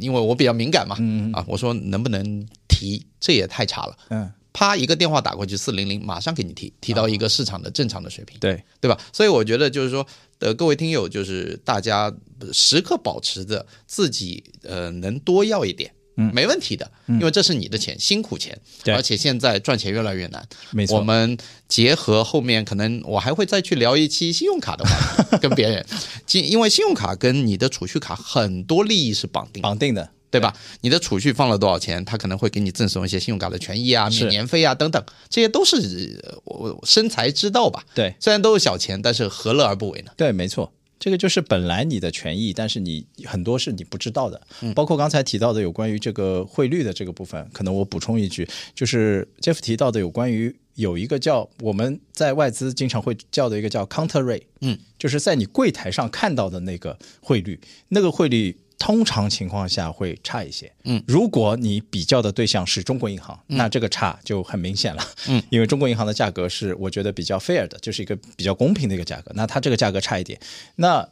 Speaker 1: 因为我比较敏感嘛，啊，我说能不能提？这也太差了。
Speaker 2: 嗯，
Speaker 1: 啪，一个电话打过去，四零零马上给你提，提到一个市场的正常的水平。
Speaker 2: 对
Speaker 1: 对吧？所以我觉得就是说，呃，各位听友，就是大家时刻保持着自己呃能多要一点，嗯，没问题的，因为这是你的钱，辛苦钱，
Speaker 2: 对
Speaker 1: 而且现在赚钱越来越难，
Speaker 2: 没
Speaker 1: 我
Speaker 2: 错，
Speaker 1: 们结合后面可能我还会再去聊一期信用卡的话题，跟别人， *laughs* 因因为信用卡跟你的储蓄卡很多利益是绑定的。
Speaker 2: 绑定的，
Speaker 1: 对吧？你的储蓄放了多少钱，他可能会给你赠送一些信用卡的权益啊、
Speaker 2: 是
Speaker 1: 免年费啊等等，这些都是呃我我生财之道吧。
Speaker 2: 对
Speaker 1: 虽然都是小钱，但是何乐而不为呢？
Speaker 2: 对，没错。这个就是本来你的权益，但是你很多是你不知道的，包括刚才提到的有关于这个汇率的这个部分，可能我补充一句，就是 Jeff 提到的有关于有一个叫我们在外资经常会叫的一个叫 counter rate，嗯，就是在你柜台上看到的那个汇率，那个汇率。通常情况下会差一些，嗯，如果你比较的对象是中国银行，那这个差就很明显了，嗯，因为中国银行的价格是我觉得比较 fair 的，就是一个比较公平的一个价格，那它这个价格差一点，那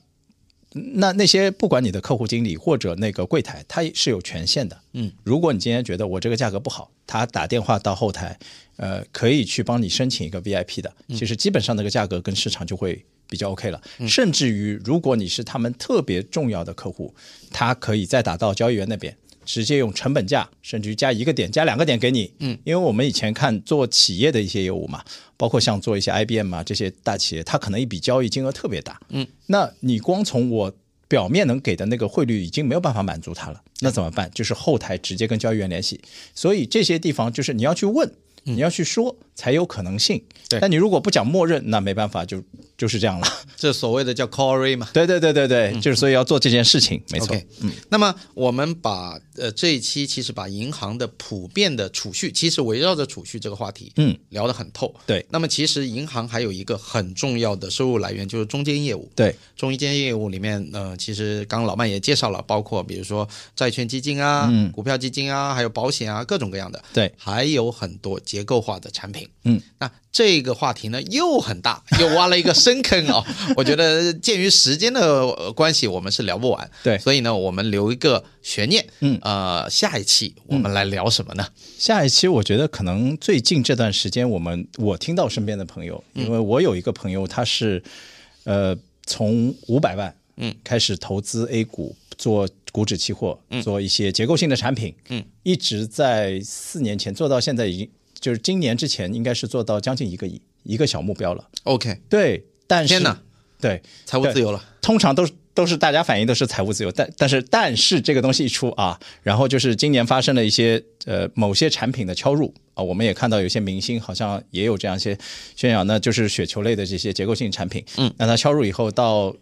Speaker 2: 那那些不管你的客户经理或者那个柜台，他是有权限的。嗯，如果你今天觉得我这个价格不好，他打电话到后台，呃，可以去帮你申请一个 VIP 的。其实基本上那个价格跟市场就会比较 OK 了。甚至于，如果你是他们特别重要的客户，他可以再打到交易员那边。直接用成本价，甚至于加一个点、加两个点给你。嗯，因为我们以前看做企业的一些业务嘛，包括像做一些 IBM 啊这些大企业，它可能一笔交易金额特别大。嗯，那你光从我表面能给的那个汇率已经没有办法满足它了，那怎么办？就是后台直接跟交易员联系。所以这些地方就是你要去问。你要去说才有可能性，
Speaker 1: 嗯对
Speaker 2: 但你如果不讲默认，那没办法，就就是这样了。
Speaker 1: 这所谓的叫 call rate 嘛。
Speaker 2: 对对对对对，就是所以要做这件事情，没错。
Speaker 1: 嗯
Speaker 2: 嗯
Speaker 1: OK，那么我们把呃这一期其实把银行的普遍的储蓄，其实围绕着储蓄这个话题，
Speaker 2: 嗯，
Speaker 1: 聊得很透。
Speaker 2: 对
Speaker 1: 那么其实银行还有一个很重要的收入来源就是中间业务。
Speaker 2: 对，
Speaker 1: 中间业务里面，呃，其实刚刚老曼也介绍了，包括比如说债券基金啊、
Speaker 2: 嗯
Speaker 1: 股票基金啊，还有保险啊，各种各样的。
Speaker 2: 对，
Speaker 1: 还有很多结构化的产品。
Speaker 2: 嗯，
Speaker 1: 那这个话题呢又很大， *laughs* 又挖了一个深坑啊、 *laughs* 我觉得鉴于时间的呃关系，我们是聊不完。
Speaker 2: 对
Speaker 1: 所以呢，我们留一个悬念。
Speaker 2: 嗯，
Speaker 1: 呃，下一期我们来聊什么呢？
Speaker 2: 下一期我觉得可能最近这段时间，我们我听到身边的朋友，因为我有一个朋友，他是呃从五百万嗯开始投资 A 股，做股指期货，做一些结构性的产品，嗯，一直在四年前做到现在，已经就是今年之前应该是做到将近一个亿一个小目标了。
Speaker 1: OK，
Speaker 2: 对，但是
Speaker 1: 天哪，
Speaker 2: 对，
Speaker 1: 财务自由了。
Speaker 2: 通常都是都是大家反应都是财务自由，但但是但是这个东西一出啊，然后就是今年发生了一些呃某些产品的敲入啊，我们也看到有些明星好像也有这样一些宣扬，那就是雪球类的这些结构性产品，嗯，那它敲入以后到。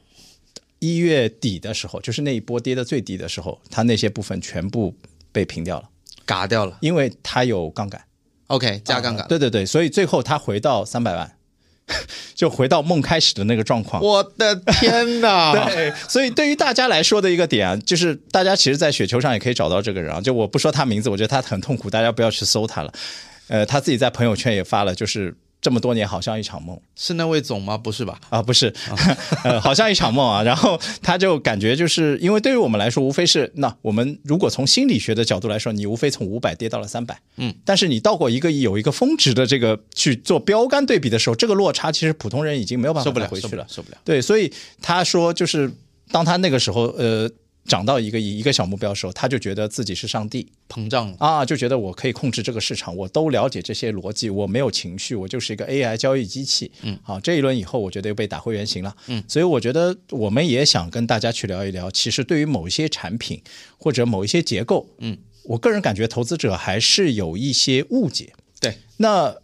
Speaker 2: 一月底的时候，就是那一波跌的最低的时候，它那些部分全部被平掉了，
Speaker 1: 嘎掉了
Speaker 2: 因为它有杠杆。啊
Speaker 1: ，OK，加杠杆。
Speaker 2: 对对对，所以最后它回到三百万， *laughs* 就回到梦开始的那个状况。
Speaker 1: 我的天哪！
Speaker 2: *laughs* 对，所以对于大家来说的一个点啊，就是大家其实，在雪球上也可以找到这个人啊。就我不说他名字，我觉得他很痛苦，大家不要去搜他了。呃，他自己在朋友圈也发了，就是这么多年好像一场梦
Speaker 1: 是那位总吗？不是吧？
Speaker 2: 啊，不是， *laughs* 呃，好像一场梦啊。然后他就感觉就是因为对于我们来说，无非是那我们如果从心理学的角度来说，你无非从五百跌到了三百，嗯，但是你到过一个亿有一个峰值的这个去做标杆对比的时候，这个落差其实普通人已经没有办
Speaker 1: 受
Speaker 2: 法
Speaker 1: 不
Speaker 2: 再
Speaker 1: 了，
Speaker 2: 回
Speaker 1: 受
Speaker 2: 去
Speaker 1: 不
Speaker 2: 了
Speaker 1: 了，。受不了。
Speaker 2: 对，所以他说，就是当他那个时候，呃，涨到一个亿一个小目标的时候，他就觉得自己是上帝
Speaker 1: 膨胀了。
Speaker 2: 啊，就觉得我可以控制这个市场，我都了解这些逻辑，我没有情绪，我就是一个 AI 交易机器。嗯，好、这一轮以后，我觉得又被打回原形了。嗯，所以我觉得我们也想跟大家去聊一聊，其实对于某一些产品或者某一些结构，嗯，我个人感觉投资者还是有一些误解。
Speaker 1: 对，
Speaker 2: 那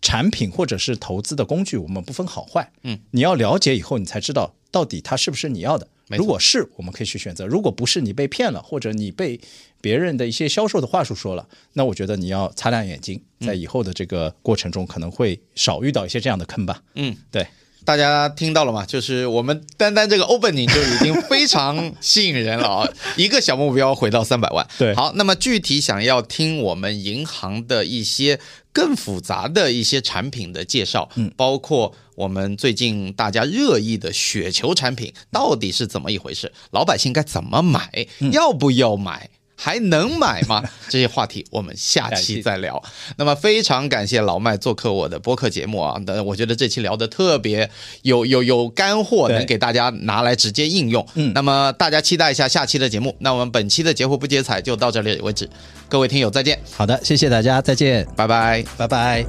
Speaker 2: 产品或者是投资的工具，我们不分好坏。嗯，你要了解以后，你才知道到底它是不是你要的。
Speaker 1: 没错
Speaker 2: 如果是，我们可以去选择；如果不是，你被骗了，或者你被别人的一些销售的话术说了，那我觉得你要擦亮眼睛，
Speaker 1: 嗯
Speaker 2: 在以后的这个过程中，可能会少遇到一些这样的坑吧。
Speaker 1: 嗯，
Speaker 2: 对，
Speaker 1: 大家听到了吗？就是我们单单这个 opening 就已经非常吸引人了
Speaker 2: *laughs*
Speaker 1: 啊、一个小目标回到三百万。
Speaker 2: 对
Speaker 1: 好，那么具体想要听我们银行的一些更复杂的一些产品的介绍，嗯，包括我们最近大家热议的雪球产品到底是怎么一回事，老百姓该怎么买，
Speaker 2: 嗯
Speaker 1: 要不要买？还能买吗？这些话题我们下
Speaker 2: 下期
Speaker 1: 期再聊。那么非常感谢老麦做客我的播客节目啊，那我觉得这期聊的特别有有有干货，
Speaker 2: 对
Speaker 1: 能给大家拿来直接应用。嗯，那么大家期待一下下期的节目。那我们本期的截胡不接彩就到这里为止，各位听友再见，
Speaker 2: 好的，谢谢大家，再见，
Speaker 1: 拜拜。
Speaker 2: 拜拜。